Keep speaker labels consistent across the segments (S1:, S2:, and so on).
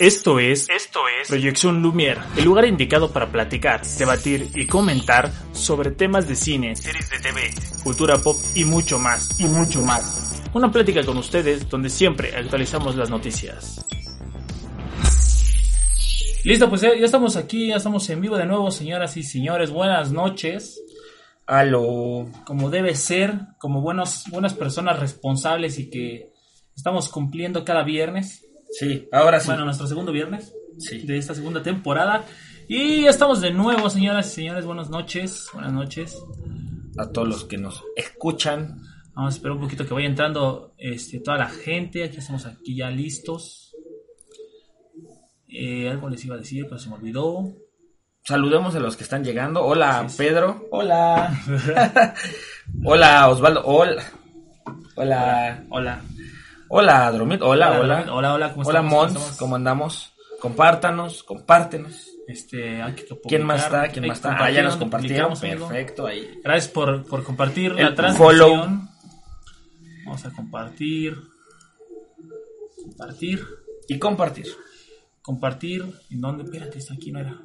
S1: Esto es
S2: Esto es
S1: Proyección Lumière, el lugar indicado para platicar, debatir y comentar sobre temas de cine,
S2: series de TV.
S1: cultura pop y mucho más, y mucho más. Una plática con ustedes donde siempre actualizamos las noticias. Listo, pues ya ya estamos aquí, ya estamos en vivo de nuevo, señoras y señores. Buenas noches. A lo como debe ser, como buenos, buenas personas responsables y que estamos cumpliendo cada viernes.
S2: Sí, ahora sí.
S1: Bueno, nuestro segundo viernes
S2: sí.
S1: de esta segunda temporada. Y estamos de nuevo, señoras y señores. Buenas noches. Buenas noches.
S2: A todos los que nos escuchan.
S1: Vamos a esperar un poquito que vaya entrando este, toda la gente. Aquí estamos aquí ya listos. Eh, algo les iba a decir, pero se me olvidó.
S2: Saludemos a los que están llegando. Hola,
S1: Sí, sí.
S2: Pedro. Hola. hola, Osvaldo. Hola. Hola.
S1: Hola.
S2: Hola, Dromit. Hola, hola.
S1: Hola, hola, hola, ¿cómo
S2: Hola,
S1: estamos?
S2: Mons.
S1: ¿Cómo estamos?
S2: ¿Cómo andamos? Compártanos, compártenos.
S1: Este, hay que publicar,
S2: ¿Quién más está?
S1: hay
S2: ¿Quién
S1: que
S2: más está? Ah, ya nos compartieron.
S1: publicamos, amigo.
S2: Perfecto, ahí.
S1: Gracias por, por compartir
S2: El
S1: la transmisión.
S2: follow.
S1: Vamos a compartir. Compartir.
S2: Y compartir.
S1: Compartir. ¿En dónde? Espérate, está aquí, no era.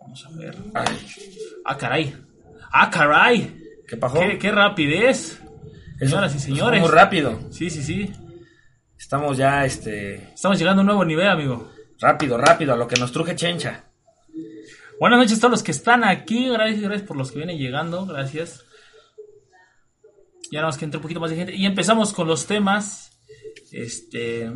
S1: Vamos a ver.
S2: Ay,
S1: ¡Ah, caray! ¡Ah, caray!
S2: ¿Qué pasó?
S1: ¡Qué, qué rapidez! Señoras y señores.
S2: Muy rápido.
S1: Sí, sí, sí.
S2: Estamos ya, este,
S1: Estamos llegando a un nuevo nivel, amigo.
S2: rápido, rápido, a lo que nos truje Chencha.
S1: Buenas noches a todos los que están aquí. Gracias, gracias por los que vienen llegando. Gracias. Ya nada más que entre un poquito más de gente. Y empezamos con los temas. Este.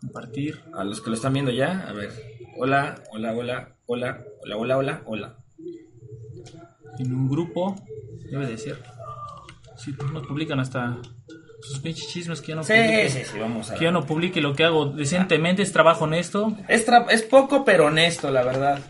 S1: Compartir.
S2: A los que lo están viendo ya, a ver. Hola, hola, hola, hola, hola, hola, hola, hola.
S1: En un grupo. Debe de ser. Si no publican hasta sus pinches chismes que ya no publique.
S2: sí, vamos a
S1: Que ya no publique lo que hago decentemente. Es trabajo honesto.
S2: Es, tra- es poco, pero honesto, la verdad.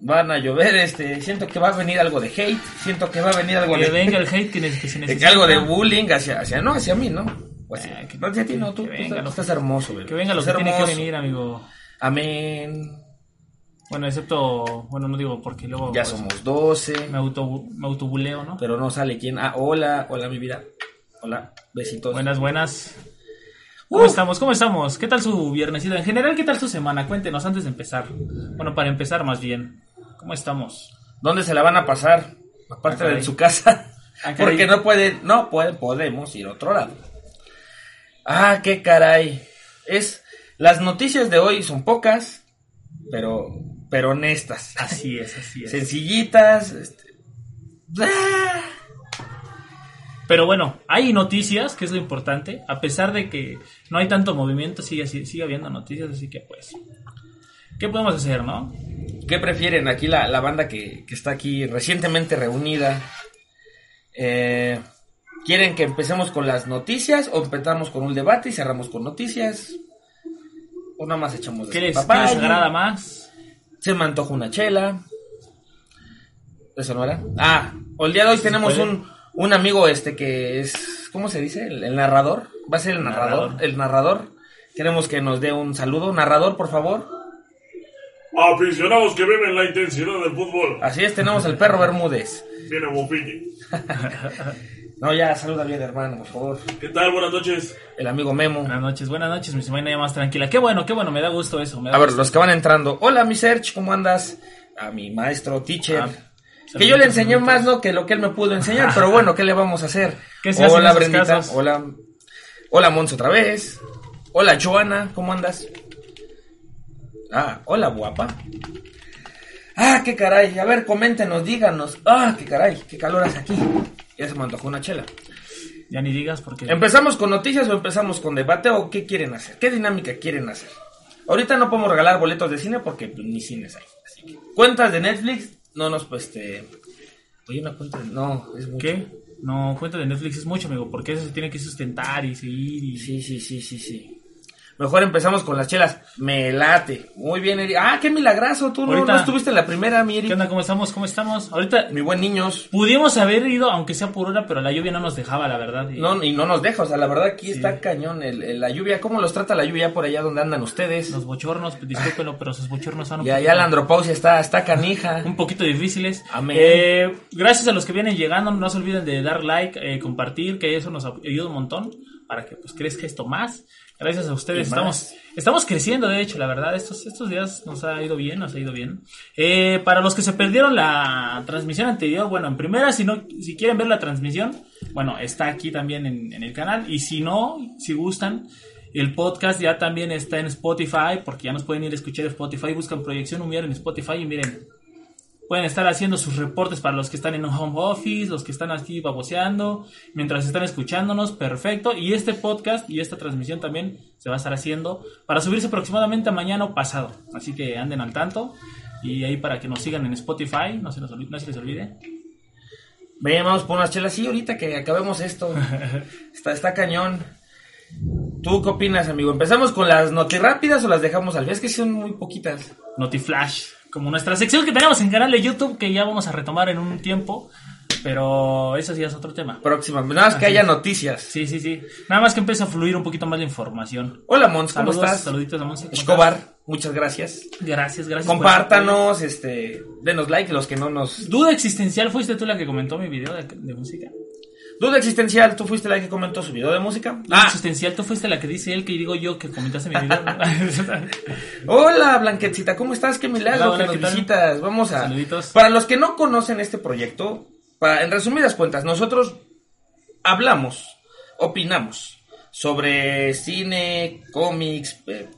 S2: Van a llover, este, siento que va a venir algo de hate, siento que va a venir algo
S1: Que
S2: de...
S1: venga el hate que, ne- que se
S2: de que
S1: necesita.
S2: algo de bullying hacia, hacia, no, hacia mí, ¿no? O hacia,
S1: Ah, que-
S2: no, hacia ti no, tú,
S1: que
S2: tú
S1: venga
S2: estás-
S1: lo-
S2: estás hermoso, bebé.
S1: Que venga lo que
S2: Estás
S1: tiene que
S2: hermoso.
S1: venir, amigo.
S2: Amén.
S1: Bueno, excepto, bueno, no digo porque luego
S2: Ya
S1: pues,
S2: somos 12.
S1: me, auto, me autobuleo, ¿no?
S2: Pero no sale quién. Ah, hola, hola mi vida. Hola, besitos.
S1: Buenas, buenas. ¿Cómo
S2: Uh.
S1: estamos? ¿Cómo estamos? ¿Qué tal su viernesito? En general, ¿qué tal su semana? Cuéntenos antes de empezar. Bueno, para empezar más bien. ¿Cómo estamos?
S2: ¿Dónde se la van a pasar? Aparte
S1: Ah,
S2: de
S1: caray.
S2: en su casa.
S1: Ah, caray.
S2: Porque no pueden, no pueden, podemos ir a otro lado. Ah, qué caray. Es, las noticias de hoy son pocas, pero, pero honestas.
S1: Así es, así es.
S2: Sencillitas. este, ah,
S1: Pero bueno, hay noticias, que es lo importante. A pesar de que no hay tanto movimiento, sigue, sigue habiendo noticias, así que pues. ¿Qué podemos hacer, no?
S2: ¿Qué prefieren? Aquí la, la banda que, que está aquí recientemente reunida. Eh, ¿Quieren que empecemos con las noticias o empezamos con un debate y cerramos con noticias? O nada más echamos
S1: ¿Qué les, qué
S2: despapalle,
S1: les agrada más?
S2: Se me antoja una chela. ¿Eso no era? Ah, o el día de hoy tenemos
S1: puede.
S2: un, un amigo este que es... ¿Cómo se dice? ¿El, el narrador? ¿Va a ser el narrador?
S1: Narrador.
S2: El narrador. Queremos que nos dé un saludo. Narrador, por favor.
S3: Aficionados que viven la intensidad del fútbol.
S2: Así es, tenemos al perro Bermúdez.
S3: Viene Buffini.
S2: No, ya, saluda bien, hermano, por favor.
S3: ¿Qué tal? Buenas noches.
S2: El amigo Memo.
S1: Buenas noches, buenas noches, mi semana ya más tranquila. Qué bueno, qué bueno, me da gusto eso. Me da
S2: A ver,
S1: gusto.
S2: los que van entrando. Hola, mi Serge, ¿cómo andas? A mi maestro, teacher.
S1: Ah,
S2: que yo le
S1: saluditos,
S2: enseñé
S1: saluditos.
S2: más ¿no? que lo que él me pudo enseñar, pero bueno, ¿qué le vamos a hacer?
S1: ¿Qué se hace en
S2: Hola,
S1: esos
S2: Brendita.
S1: casos?
S2: Hola. Hola, Mons, otra vez. Hola, Joana, ¿cómo andas? Ah, hola, guapa. Ah, qué caray. A ver, coméntenos, díganos. Ah, qué caray, qué calor hace aquí. Ya se me antojó una chela.
S1: Ya ni digas porque.
S2: ¿Empezamos con noticias o empezamos con debate o qué quieren hacer? ¿Qué dinámica quieren hacer? Ahorita no podemos regalar boletos de cine porque pues, ni cines hay. Así que, cuentas de Netflix, no nos pues este Oye, una cuenta de- No, es mucho.
S1: ¿Qué? No, cuenta de Netflix es mucho, amigo, porque eso se tiene que sustentar y seguir y.
S2: Sí, sí, sí, sí, sí. Mejor empezamos con las chelas. Me late. Muy bien, Eri. Ah, qué milagrazo. Tú no- no,
S1: Ahorita-
S2: estuviste en la primera, mi Eri.
S1: ¿Qué onda? ¿Cómo estamos? ¿Cómo estamos? Ahorita
S2: Mi buen niños.
S1: pudimos haber ido, aunque sea por hora, pero la lluvia no nos dejaba, la verdad. y-
S2: No, y no nos deja, o sea, la verdad aquí
S1: Sí.
S2: está cañón el- el- la lluvia. ¿Cómo los trata la lluvia por allá donde andan ustedes?
S1: Los bochornos, discúlpenlo, pero sus bochornos son un
S2: Y allá la andropausia está, está canija.
S1: un poquito difíciles.
S2: Amén.
S1: Eh, gracias a los que vienen llegando, no se olviden de dar like, eh, compartir, que eso nos ayuda un montón para que pues crezca esto más. Gracias a ustedes,
S2: Y más.
S1: estamos, estamos creciendo, de hecho, la verdad, estos, estos días nos ha ido bien, nos ha ido bien. Eh, para los que se perdieron la transmisión anterior, bueno, en primera, si, no, si quieren ver la transmisión, bueno, está aquí también en, en el canal, y si no, si gustan, el podcast ya también está en Spotify, porque ya nos pueden ir a escuchar en Spotify, buscan Proyección Humier en Spotify y miren, Pueden estar haciendo sus reportes para los que están en un home office, los que están aquí baboseando, mientras están escuchándonos, perfecto. Y este podcast y esta transmisión también se va a estar haciendo para subirse aproximadamente a mañana o pasado. Así que anden al tanto y ahí para que nos sigan en Spotify, no se, nos olvi- no se les olvide.
S2: Ven, vamos por unas chelas. Sí, ahorita que acabemos esto. Está, está cañón. ¿Tú qué opinas, amigo? ¿Empezamos con las notirrápidas o las dejamos al Es que son muy poquitas.
S1: Notiflash, como nuestra sección que tenemos en canal de YouTube que ya vamos a retomar en un tiempo, pero eso sí es otro tema.
S2: Próximas. Nada más que haya noticias.
S1: Sí, sí, sí. Nada más que empiece a fluir un poquito más la información.
S2: Hola, Mons, ¿cómo
S1: Saludos,
S2: estás?
S1: saluditos a Monse, ¿cómo estás?
S2: Escobar, muchas gracias.
S1: Gracias, gracias. por su apoyo.
S2: Compártanos, este, denos like los que no nos...
S1: Duda existencial, ¿fuiste tú la que comentó mi video de, de música?
S2: Duda existencial, ¿tú fuiste la que comentó su video de música?
S1: Duda
S2: Ah,
S1: existencial, tú fuiste la que dice él que digo yo que comentaste mi video.
S2: hola Blanquetcita, ¿cómo estás? Qué milagro
S1: Hola, hola,
S2: que
S1: ¿qué
S2: nos
S1: tal?
S2: visitas. Vamos a...
S1: Saluditos.
S2: Para los que no conocen este proyecto, para- en resumidas cuentas, nosotros hablamos, opinamos sobre cine, cómics, pe-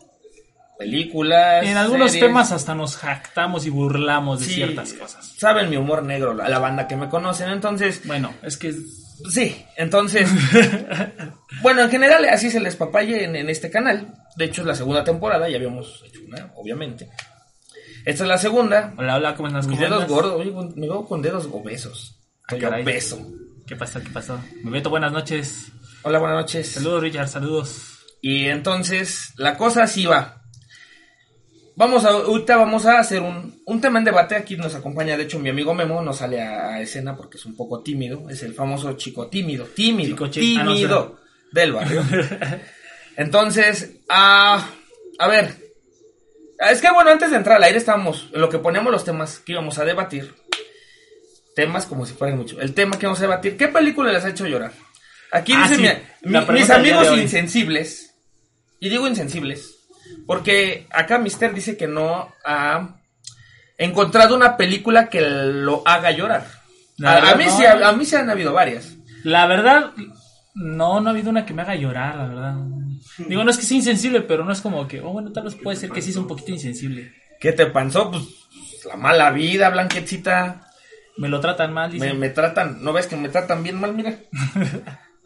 S2: películas...
S1: en algunos
S2: series.
S1: temas hasta nos jactamos y burlamos de
S2: Sí,
S1: ciertas cosas.
S2: Saben mi humor negro, la, la banda que me conocen, entonces...
S1: Bueno, es que
S2: Sí, entonces. bueno, en general, así es el despapalle en, en este canal. De hecho, es la segunda temporada, ya habíamos hecho una, obviamente. Esta es la segunda.
S1: hola, hola, ¿cómo andas?
S2: Mis
S1: ¿Cómo
S2: dedos
S1: andas?
S2: gordos, oye, con- me veo con dedos obesos.
S1: Ah,
S2: Estoy
S1: caray.
S2: obeso.
S1: ¿Qué pasó? ¿Qué pasó? Mi Beto, buenas noches.
S2: Hola, buenas noches.
S1: Saludos, Richard, saludos.
S2: Y entonces, la cosa así va. Vamos a, ahorita vamos a hacer un, un tema en debate. Aquí nos acompaña, de hecho, mi amigo Memo. No sale a, a escena porque es un poco tímido. Es el famoso chico tímido. Tímido.
S1: Chico chi- ah, no,
S2: tímido del barrio. Entonces, ah, a ver. Es que bueno, antes de entrar al aire estábamos, en lo que poníamos los temas que íbamos a debatir. Temas como si fueran mucho. El tema que vamos a debatir, ¿qué película les ha hecho llorar? Aquí
S1: Ah,
S2: dicen
S1: sí,
S2: mi-
S1: la
S2: mi-
S1: pregunta
S2: mis
S1: del día
S2: amigos
S1: de hoy.
S2: insensibles. Y digo insensibles. Porque acá Mister dice que no ha encontrado una película que lo haga llorar.
S1: La
S2: A, a
S1: verdad,
S2: mí
S1: no.
S2: sí, a, a mí sí han habido varias.
S1: La verdad, no, no ha habido una que me haga llorar, la verdad. Digo, no es que sea insensible, pero no es como que, oh, bueno, tal vez puede ser que sí sea un poquito insensible.
S2: ¿Qué te pasó? Pues la mala vida, Blanquetita.
S1: Me lo tratan mal,
S2: Me,
S1: dicen.
S2: me tratan, ¿no ves que me tratan bien mal? Mira.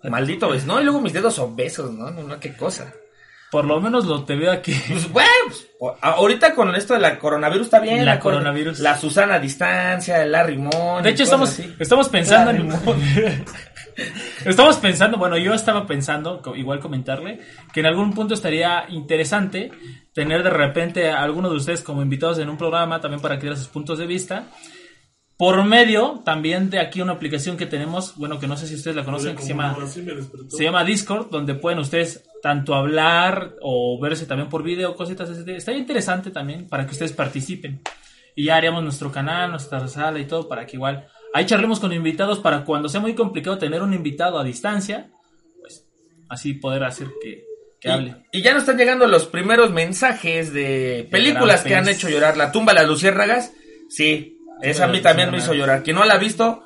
S2: Maldito ves, ¿no? Y luego mis dedos obesos, ¿no? No, no, qué cosa.
S1: Por lo menos lo te veo aquí.
S2: Pues, güey, pues, o- a- ahorita con esto de la coronavirus está bien.
S1: La
S2: la cor-
S1: coronavirus.
S2: La Susana a distancia, el Larry Mon,
S1: De
S2: y
S1: hecho,
S2: cosas
S1: estamos,
S2: así.
S1: estamos pensando en-
S2: Claro.
S1: estamos pensando, bueno, yo estaba pensando, co- igual comentarle, que en algún punto estaría interesante tener de repente a alguno de ustedes como invitados en un programa también para que dieran sus puntos de vista. Por medio también de aquí una aplicación que tenemos, bueno, que no sé si ustedes la conocen, que se llama
S3: Ahora sí me despertó.
S1: se llama Discord, donde pueden ustedes tanto hablar o verse también por video, cositas así. Está interesante también para que ustedes participen. Y ya haríamos nuestro canal, nuestra sala y todo para que igual ahí charlemos con invitados para cuando sea muy complicado tener un invitado a distancia, pues así poder hacer que, que hable.
S2: Y, y ya nos están llegando los primeros mensajes de películas que han
S1: Grampes.
S2: hecho llorar. La tumba de las luciérnagas, sí, esa a mí también me hizo llorar. Quien no la ha visto,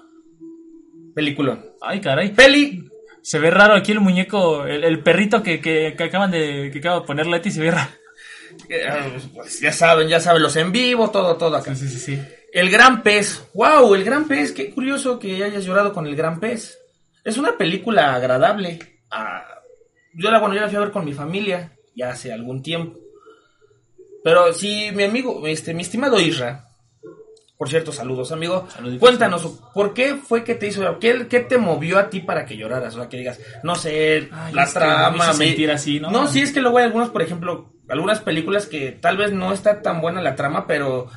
S2: película.
S1: Ay, caray.
S2: Peli,
S1: Se ve raro aquí el muñeco, el, el perrito que, que- que acaban de que acaba de poner Leti, se ve raro.
S2: eh, pues, ya saben, ya saben, los en vivo, todo, todo acá.
S1: Sí, sí, sí, sí.
S2: El gran pez, wow, el gran pez, qué curioso que hayas llorado con el gran pez. Es una película agradable. Ah, yo la bueno, yo la fui a ver con mi familia ya hace algún tiempo. Pero sí, mi amigo, este, mi estimado Isra, Por cierto, saludos, amigo.
S1: Saluditos,
S2: Cuéntanos, ¿por qué fue que te hizo, qué, qué te movió a ti para que lloraras? O sea, que digas, no sé,
S1: Ay,
S2: la
S1: es que me
S2: trama,
S1: hizo sentir así, ¿no?
S2: No, sí, es que luego hay algunos, por ejemplo, algunas películas que tal vez no está tan buena la trama, pero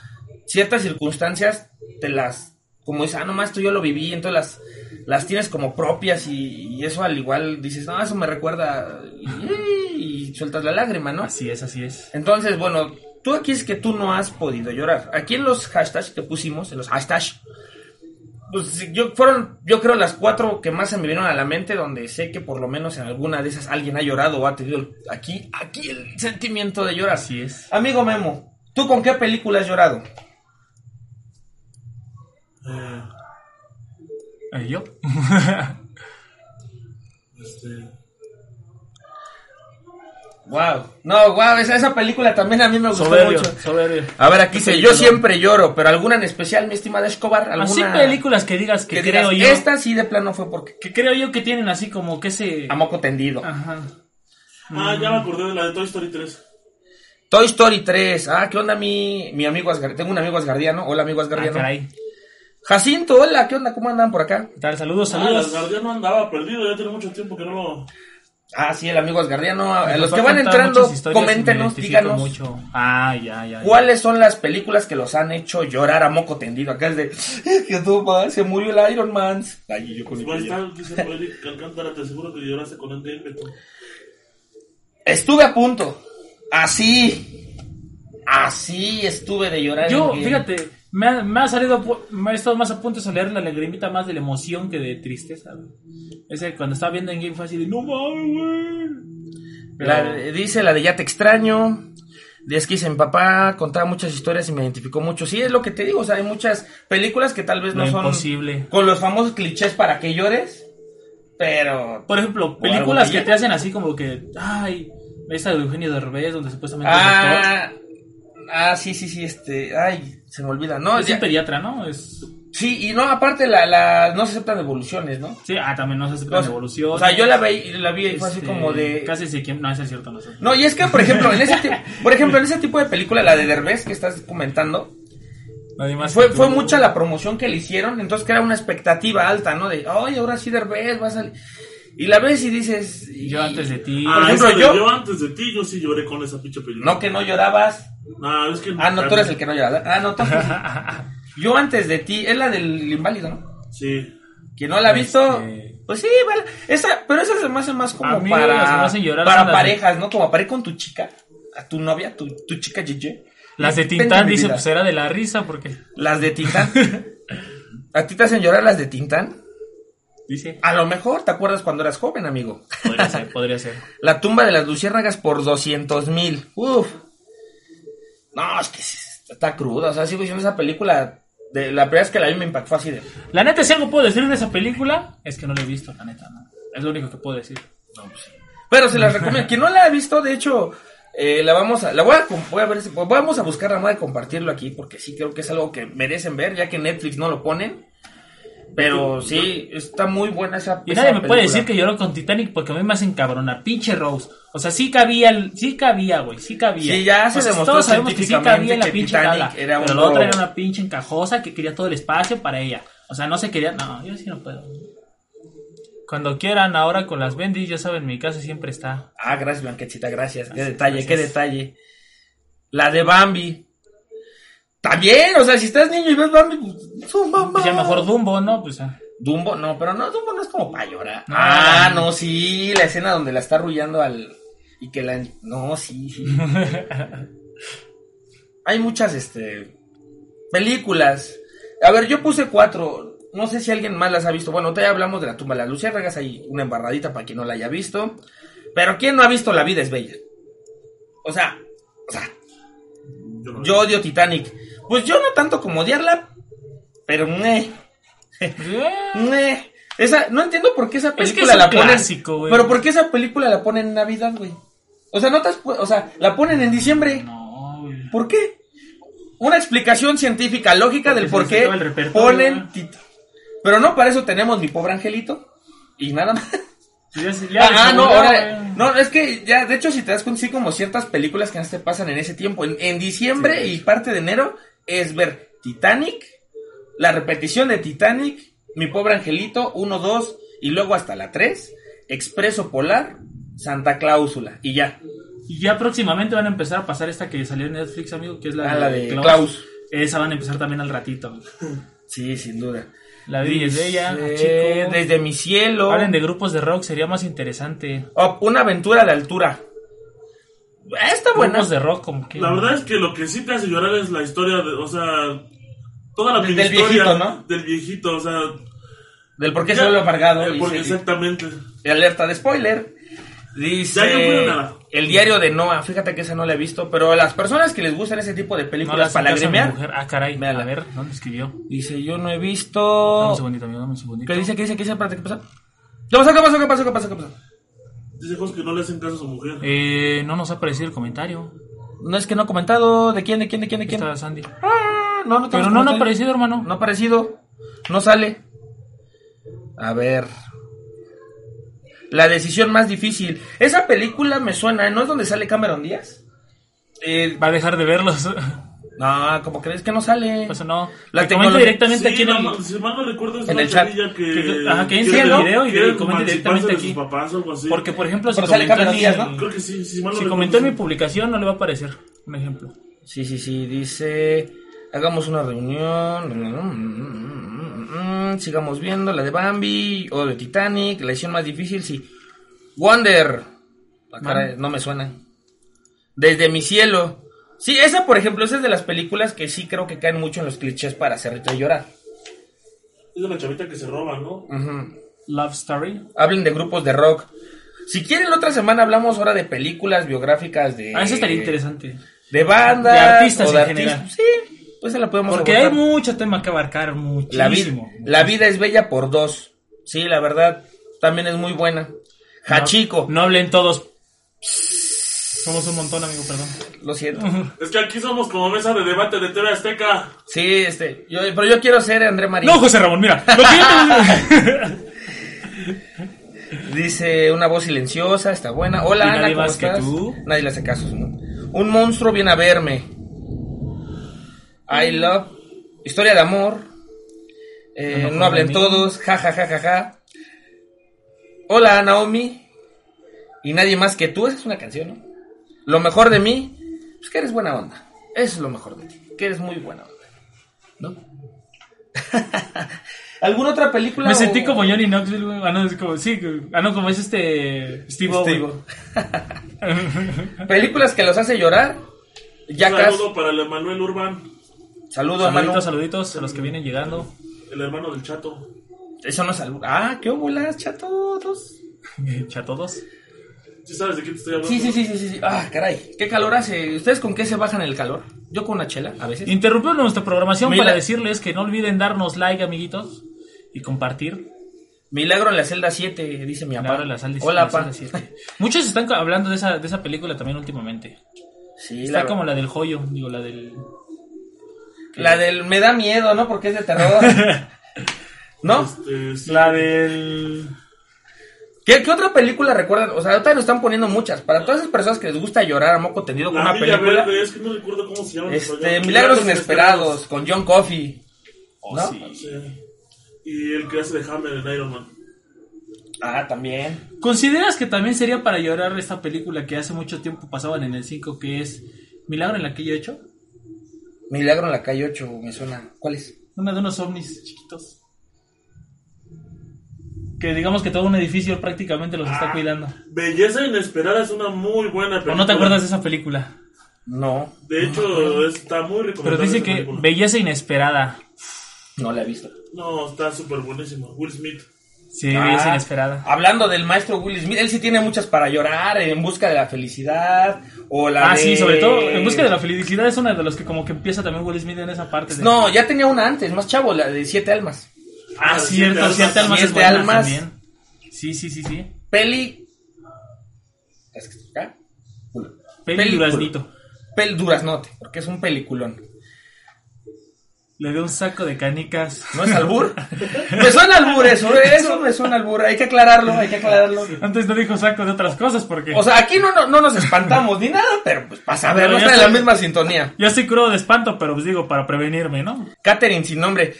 S2: ciertas circunstancias te las, como dices, ah, nomás esto yo lo viví, entonces las, las tienes como propias y, y eso al igual dices, no, eso me recuerda y, y sueltas la lágrima, ¿no?
S1: Así es, así es.
S2: Entonces, bueno, tú aquí es que tú no has podido llorar. Aquí en los hashtags que pusimos, en los hashtags, pues sí, yo, fueron, yo creo, las cuatro que más se me vinieron a la mente, donde sé que por lo menos en alguna de esas alguien ha llorado o ha tenido el- aquí, aquí el sentimiento de llorar.
S1: Así es.
S2: Amigo Memo, ¿tú con qué película has llorado?
S1: ¿Y yo?
S3: Este.
S2: Wow. No, wow, esa, esa película también a mí me gustó
S1: soberbio,
S2: mucho.
S1: soberbio.
S2: A ver, aquí dice, yo siempre lloro, pero alguna en especial, mi estimada Escobar, alguna
S1: Así películas que digas que,
S2: que
S1: creo
S2: digas,
S1: yo.
S2: esta sí de plano fue porque
S1: Que creo yo que tienen así como que ese.
S2: a moco tendido.
S1: Ajá.
S2: Mm.
S3: Ah, ya me acordé de la de Toy Story 3.
S2: Toy Story 3. Ah, ¿qué onda mi, mi amigo Asgar- Tengo un amigo asgardiano. Hola, amigo
S1: Ah,
S2: asgardiano.
S1: caray.
S2: Jacinto, hola, ¿qué onda? ¿Cómo andan por acá?
S1: ¿Qué tal? Saludos,
S3: Ah,
S1: saludos.
S3: el guardián no andaba perdido, ya tiene mucho tiempo que no lo.
S2: Ah, sí, el amigo asgardiano. A
S1: Me
S2: los
S1: tocó
S2: que van
S1: contar
S2: entrando,
S1: muchas historias y me
S2: coméntenos,
S1: identifico
S2: díganos
S1: Mucho. Ah, ya, ya. ya.
S2: cuáles son las películas que los han hecho llorar a moco tendido. Acá es de, que toma, se murió el Iron Man. Ay, yo con mi
S3: Va a
S2: playera.
S3: estar, dice por Eric Alcántara, te aseguro que lloraste con Endgame. Beto.
S2: Estuve a punto. Así. Así estuve de llorar.
S1: Yo,
S2: en el-
S1: fíjate, me ha, me ha salido, pu- me he estado más a punto de salir la lagrimita más de la emoción que de tristeza. güey. Ese cuando estaba viendo en game fue así de no mames, güey.
S2: La-
S1: Pero-
S2: dice la de Ya te extraño. Es que dice mi papá contaba muchas historias y me identificó mucho. Sí, es lo que te digo. O sea, hay muchas películas que tal vez no
S1: Lo
S2: son
S1: imposible.
S2: con los famosos clichés para que llores. Pero.
S1: Por ejemplo,
S2: O algo
S1: películas
S2: que
S1: que
S2: ya-
S1: te hacen así como que, ay, esa de Eugenio Derbez donde supuestamente es doctor.
S2: Ah, ah, sí, sí, sí. Este. Ay, se me olvida. No,
S1: Es
S2: ya-
S1: un pediatra, ¿no? Es,
S2: sí, y no, aparte, la, la, no se aceptan evoluciones, ¿no?
S1: sí, ah, también no se hace
S2: No
S1: con
S2: se-
S1: evolución.
S2: O sea, yo la, veí, la vi y fue así
S1: Este,
S2: como de.
S1: Casi se quiem- No, eso es cierto, no sé.
S2: No, y es que, por ejemplo, en ese, ti- por ejemplo, en ese tipo de película, la de Derbez que estás comentando,
S1: Nadie más
S2: Fue,
S1: que tú.
S2: fue mucha la promoción que le hicieron, entonces que era una expectativa alta, ¿no? De, ay, ahora sí Derbez va a salir. Y la ves y dices... y-
S1: Yo antes de ti.
S2: Por
S3: Ah,
S2: ejemplo,
S3: esa de
S2: yo-
S3: yo... antes de ti, yo sí lloré con esa pinche película.
S2: No, que no llorabas.
S3: No, es que.
S2: Ah, no, tú eres el que no lloraba. Ah, no, tú. Yo antes de ti, es la del inválido, ¿no?
S3: Sí.
S2: Quien no la ha visto,
S1: Este.
S2: pues sí, vale. Esa, pero esa se me hace más
S1: A
S2: como
S1: mí las que me
S2: para,
S1: hacen llorar
S2: para
S1: son las de-
S2: parejas, ¿no? Como para ir con tu chica, a tu novia, tu, tu chica Gigi.
S1: Las de Tintán
S2: Vente, mi
S1: dice,
S2: vida.
S1: pues era de la risa porque
S2: Las de Tintán. ¿A ti te hacen llorar las de Tintán?
S1: dice,
S2: A lo mejor te acuerdas cuando eras joven, amigo.
S1: podría ser, podría ser.
S2: La tumba de las luciérnagas por 200 mil. Uf. No, es que es- está cruda. O sea, sigo diciendo esa película. De, la primera vez que la vi me impactó así de.
S1: La neta, si algo puedo decir de esa película, es que no la he visto, la neta, no. Es lo único que puedo decir.
S2: Pero se las recomiendo. Quien no la ha visto, de hecho, eh, la vamos a. La voy a, com- voy a ver. si- pues, Vamos a buscar la manera de compartirlo aquí. Porque sí creo que es algo que merecen ver, ya que Netflix no lo ponen. Pero sí, está muy buena esa
S1: Y
S2: esa
S1: nadie me puede
S2: película.
S1: decir que lloró con Titanic porque a mí me hacen cabrona, pinche Rose. O sea, sí cabía, el- sí cabía, güey, sí cabía.
S2: Sí, ya se
S1: O sea,
S2: demostró
S1: Todos sabemos que sí cabía en la
S2: científicamente que
S1: pinche
S2: Titanic
S1: gala,
S2: era un
S1: pero la otra
S2: robo.
S1: era una pinche encajosa que quería todo el espacio para ella. O sea, no se quería, no, yo sí no puedo. Cuando quieran, ahora con las bendis, ya saben, mi casa siempre está.
S2: Ah, gracias, Blanquetita, gracias. Qué
S1: Gracias,
S2: detalle, qué
S1: gracias.
S2: detalle. La de Bambi. También, o sea, si estás niño y ves Bambi, pues, su mamá.
S1: Pues ya mejor Dumbo, ¿no? Pues ah.
S2: Dumbo, no, pero no, Dumbo no es como para llorar.
S1: No,
S2: ah,
S1: no.
S2: no, sí, la escena donde la está arrullando al. Y que la. No, sí, sí. Hay muchas, este. Películas. A ver, yo puse cuatro. No sé si alguien más las ha visto. Bueno, ya hablamos de la tumba de las luciérnagas. Hay una embarradita para quien no la haya visto. Pero ¿quién no ha visto La vida es bella? O sea, o sea,
S3: Yo, no
S2: yo odio Titanic. Pues yo no tanto como odiarla, pero meh,
S1: Pues, eh.
S2: meh. Esa, no entiendo por qué esa
S1: que es
S2: película
S1: un
S2: la ponen.
S1: clásico, güey.
S2: pero por qué esa película la ponen en Navidad, güey. O sea, no te has pu- o sea, la ponen en diciembre.
S1: eh, No, güey.
S2: ¿Por qué? Una explicación científica, lógica del
S1: se
S2: por
S1: les
S2: qué
S1: acaba el repertorio,
S2: ponen
S1: ¿verdad?
S2: Tito. Pero no, para eso tenemos mi pobre angelito. Y nada más.
S1: Ya se- ya
S2: Ah,
S1: se
S2: no,
S1: murió,
S2: ahora.
S1: güey.
S2: No, es que ya, de hecho, si te das cuenta, sí, como ciertas películas que antes te pasan en ese tiempo. En, en diciembre
S1: Sí.
S2: y parte de enero es ver Titanic, la repetición de Titanic, Mi pobre angelito, 1, 2 y luego hasta la 3, Expreso Polar, Santa Cláusula y ya.
S1: Y ya próximamente van a empezar a pasar esta que salió en Netflix, amigo, que es la,
S2: Ah, la de Klaus.
S1: Esa van a empezar también al ratito.
S2: Sí, sin duda.
S1: La vida es
S2: Dice,
S1: bella, ah, chico.
S2: Desde mi cielo.
S1: Hablen de grupos de rock, sería más interesante.
S2: Oh, una aventura de altura. Ah, Está buena.
S1: Grupos de rock, como que.
S3: La verdad es que lo que sí te hace llorar es la historia, de, o sea, toda la
S2: Del- del
S3: historia
S2: viejito, ¿no?
S3: Del viejito, o sea,
S2: Del por qué
S3: ya-
S2: se vuelve amargado.
S3: eh,
S2: y
S3: porque
S2: se-
S3: exactamente.
S2: y alerta de spoiler. Dice
S3: Ya no puedo nada.
S2: el diario de Noah. Fíjate que esa no la he visto, pero a las personas que les gustan ese tipo de
S1: no
S2: películas
S1: las
S2: para lagrimear.
S1: mujer. Ah, caray.
S2: Véala.
S1: A ver, ¿dónde escribió?
S2: Dice, yo no he
S1: Dame un
S2: visto.
S1: segundito, amigo, dame un segundito.
S2: ¿Qué dice? ¿Qué dice? ¿Qué dice? Espérate, ¿qué pasa? ¿Qué pasó? ¿Qué pasó? ¿Qué pasó? ¿Qué pasó? ¿Qué pasó?
S3: Dice Jos que no le hacen caso a su mujer.
S1: Eh, no nos ha aparecido el comentario.
S2: No es que no ha comentado. ¿De quién? ¿De quién? ¿De quién? ¿De
S1: Aquí
S2: quién?
S1: está Sandy.
S2: Ah, no,
S1: Pero no, no ha
S2: no tenemos comentario.
S1: aparecido, hermano.
S2: No ha aparecido. No sale. A ver. La decisión más difícil. Esa película me suena, ¿no es donde sale Cameron Díaz? Eh,
S1: Va a dejar de verlos.
S2: no, como crees que no sale.
S1: Pues no.
S2: La
S1: La comenta
S2: tecnología-
S1: directamente
S3: Sí,
S1: aquí en
S3: no
S1: el-
S3: ma- si mal no recuerdo es
S2: en
S3: una
S2: el chat.
S3: chavilla que,
S1: Que- ajá, que entra
S2: el
S3: quiere-
S1: video y
S3: quiere
S1: le comenta
S3: emanciparse
S1: directamente
S3: de sus
S1: aquí.
S3: papás o algo así.
S1: Porque, por ejemplo, si
S2: Pero sale
S1: comentó,
S2: cada día,
S1: en-
S3: Creo que sí, si mal no
S1: si
S3: recuerdo,
S1: comentó en
S3: sí.
S1: mi publicación, no le va a aparecer. Un ejemplo.
S2: Sí, sí, sí, dice, hagamos una mm, reunión, mm, sigamos viendo la de Bambi o de Titanic, la edición más difícil, sí. Wonder, Ah, caray, no me suena. Desde mi cielo. Sí, esa, por ejemplo, esa es de las películas que sí creo que caen mucho en los clichés para hacerte llorar.
S3: Es de la chavita que se roba, ¿no?
S2: Ujú.
S1: Love Story.
S2: Hablen de grupos de rock. Si quieren, la otra semana hablamos ahora de películas biográficas de...
S1: Ah, eso estaría interesante.
S2: De bandas.
S1: De artistas
S2: o de
S1: en general.
S2: artistas. Sí, pues se la podemos
S1: Porque hay
S2: abordar.
S1: mucho tema que abarcar, muchísimo.
S2: La, vid- la vida es bella por dos. Sí, la verdad, también es muy buena. Hachico,
S1: No hablen todos. Somos un montón, amigo, perdón.
S2: lo siento.
S3: Es que aquí somos como mesa de debate de TV Azteca.
S2: Sí, este, yo- pero yo quiero ser André Marín.
S1: No, José Ramón, mira. Lo que yo te-
S2: Dice una voz silenciosa, está buena. Hola,
S1: Y
S2: Ana,
S1: nadie
S2: ¿cómo
S1: más que
S2: estás?
S1: tú.
S2: Nadie le hace caso. ¿no? Un monstruo viene a verme. I love. Historia de amor. Eh,
S1: No, no,
S2: no,
S1: no,
S2: hablen
S1: no.
S2: todos. Ja, ja, ja, ja, ja. Hola, Naomi. Y nadie más que tú. Esa es una canción, ¿no? Lo mejor de mí. Pues que eres buena onda. Eso es lo mejor de ti. Que eres muy buena onda. ¿No? ¿Alguna otra película?
S1: Me
S2: o-
S1: sentí como Johnny Knoxville, güey. Ah, no, es como, sí, güey. ah, no, como es este. Steve
S2: Steve.
S1: Owen.
S2: Películas que los hace llorar.
S3: Un
S2: Yacas.
S3: saludo para el Emanuel Urban,
S2: Saludo, hermano.
S1: Saluditos, saluditos a los que vienen llegando.
S3: el hermano del chato.
S2: Eso no es saludo. Ah, qué óvulas, chatos.
S1: A todos.
S3: ¿Sí sabes de qué te estoy hablando?
S2: Sí, sí, sí, sí, sí, sí. Ah, caray. Qué calor hace. ¿Ustedes con qué se bajan el calor? Yo con una chela, a veces.
S1: Interrumpimos nuestra programación
S2: Mira.
S1: para decirles que no olviden darnos like, amiguitos, y compartir.
S2: Milagro en la celda 7, dice mi
S1: Ahora
S2: papá.
S1: la sal de-
S2: Hola,
S1: la sal
S2: papá.
S1: de siete. Muchos están ca- hablando de esa, de esa película también últimamente.
S2: Sí,
S1: Está
S2: la,
S1: como la del joyo, digo, la del.
S2: la del me da miedo, ¿no? Porque es de terror. ¿No?
S3: Este, sí.
S1: La del.
S2: ¿Qué, qué otra película recuerdan? O sea, ahorita nos están poniendo muchas. Para todas esas personas que les gusta llorar a moco tendido con
S3: La
S2: una
S3: Milla
S2: película.
S3: Verde, es que no recuerdo cómo se llama.
S2: Este, Milagros Inesperados, con John Coffey.
S1: Oh,
S2: ¿No?
S1: sí.
S3: Sí. Y el que hace de Hammer en Iron Man.
S2: Ah, también.
S1: ¿Consideras que también sería para llorar esta película que hace mucho tiempo pasaban en el 5 que es Milagro en la calle 8?
S2: Milagro en la calle 8, me suena. ¿Cuál es?
S1: Una de unos ovnis chiquitos. Que digamos que todo un edificio prácticamente los está cuidando.
S3: Belleza Inesperada es una muy buena película.
S1: ¿O no te acuerdas de esa película?
S2: No,
S3: De hecho, está muy recomendable.
S1: Pero dice
S3: esa
S1: que
S3: película.
S1: belleza inesperada.
S2: no la he visto.
S3: No, está súper buenísima. Will Smith.
S1: Sí,
S2: Ah,
S1: belleza inesperada.
S2: Hablando del maestro Will Smith, él sí tiene muchas para llorar, en busca de la felicidad, o la
S1: Ah,
S2: de-
S1: sí, sobre todo en busca de la felicidad es una de los que como que empieza también Will Smith en esa parte. De...
S2: No, ya tenía una antes, más chavo, la de Siete Almas.
S1: ah, cierto,
S3: Siete
S1: siete almas es
S2: Siete
S1: buena
S2: almas.
S1: también. Sí, sí, sí, sí.
S2: Peli... ¿Es que está acá?
S1: Peli
S2: Película.
S1: duraznito.
S2: Pel Duraznote, porque es un peliculón.
S1: le dio un saco de canicas.
S2: ¿No es albur? me suena albur eso, ¿eh? eso me suena albur. Hay que aclararlo, hay que aclararlo.
S1: Antes no dijo saco de otras cosas porque
S2: O sea, aquí no, no, no nos espantamos ni nada, pero pues para saber,
S1: Pero
S2: no
S1: ya
S2: está en la
S1: sé.
S2: misma sintonía.
S1: yo estoy crudo de espanto, pero pues digo, para prevenirme, ¿no?
S2: Catherine sin nombre.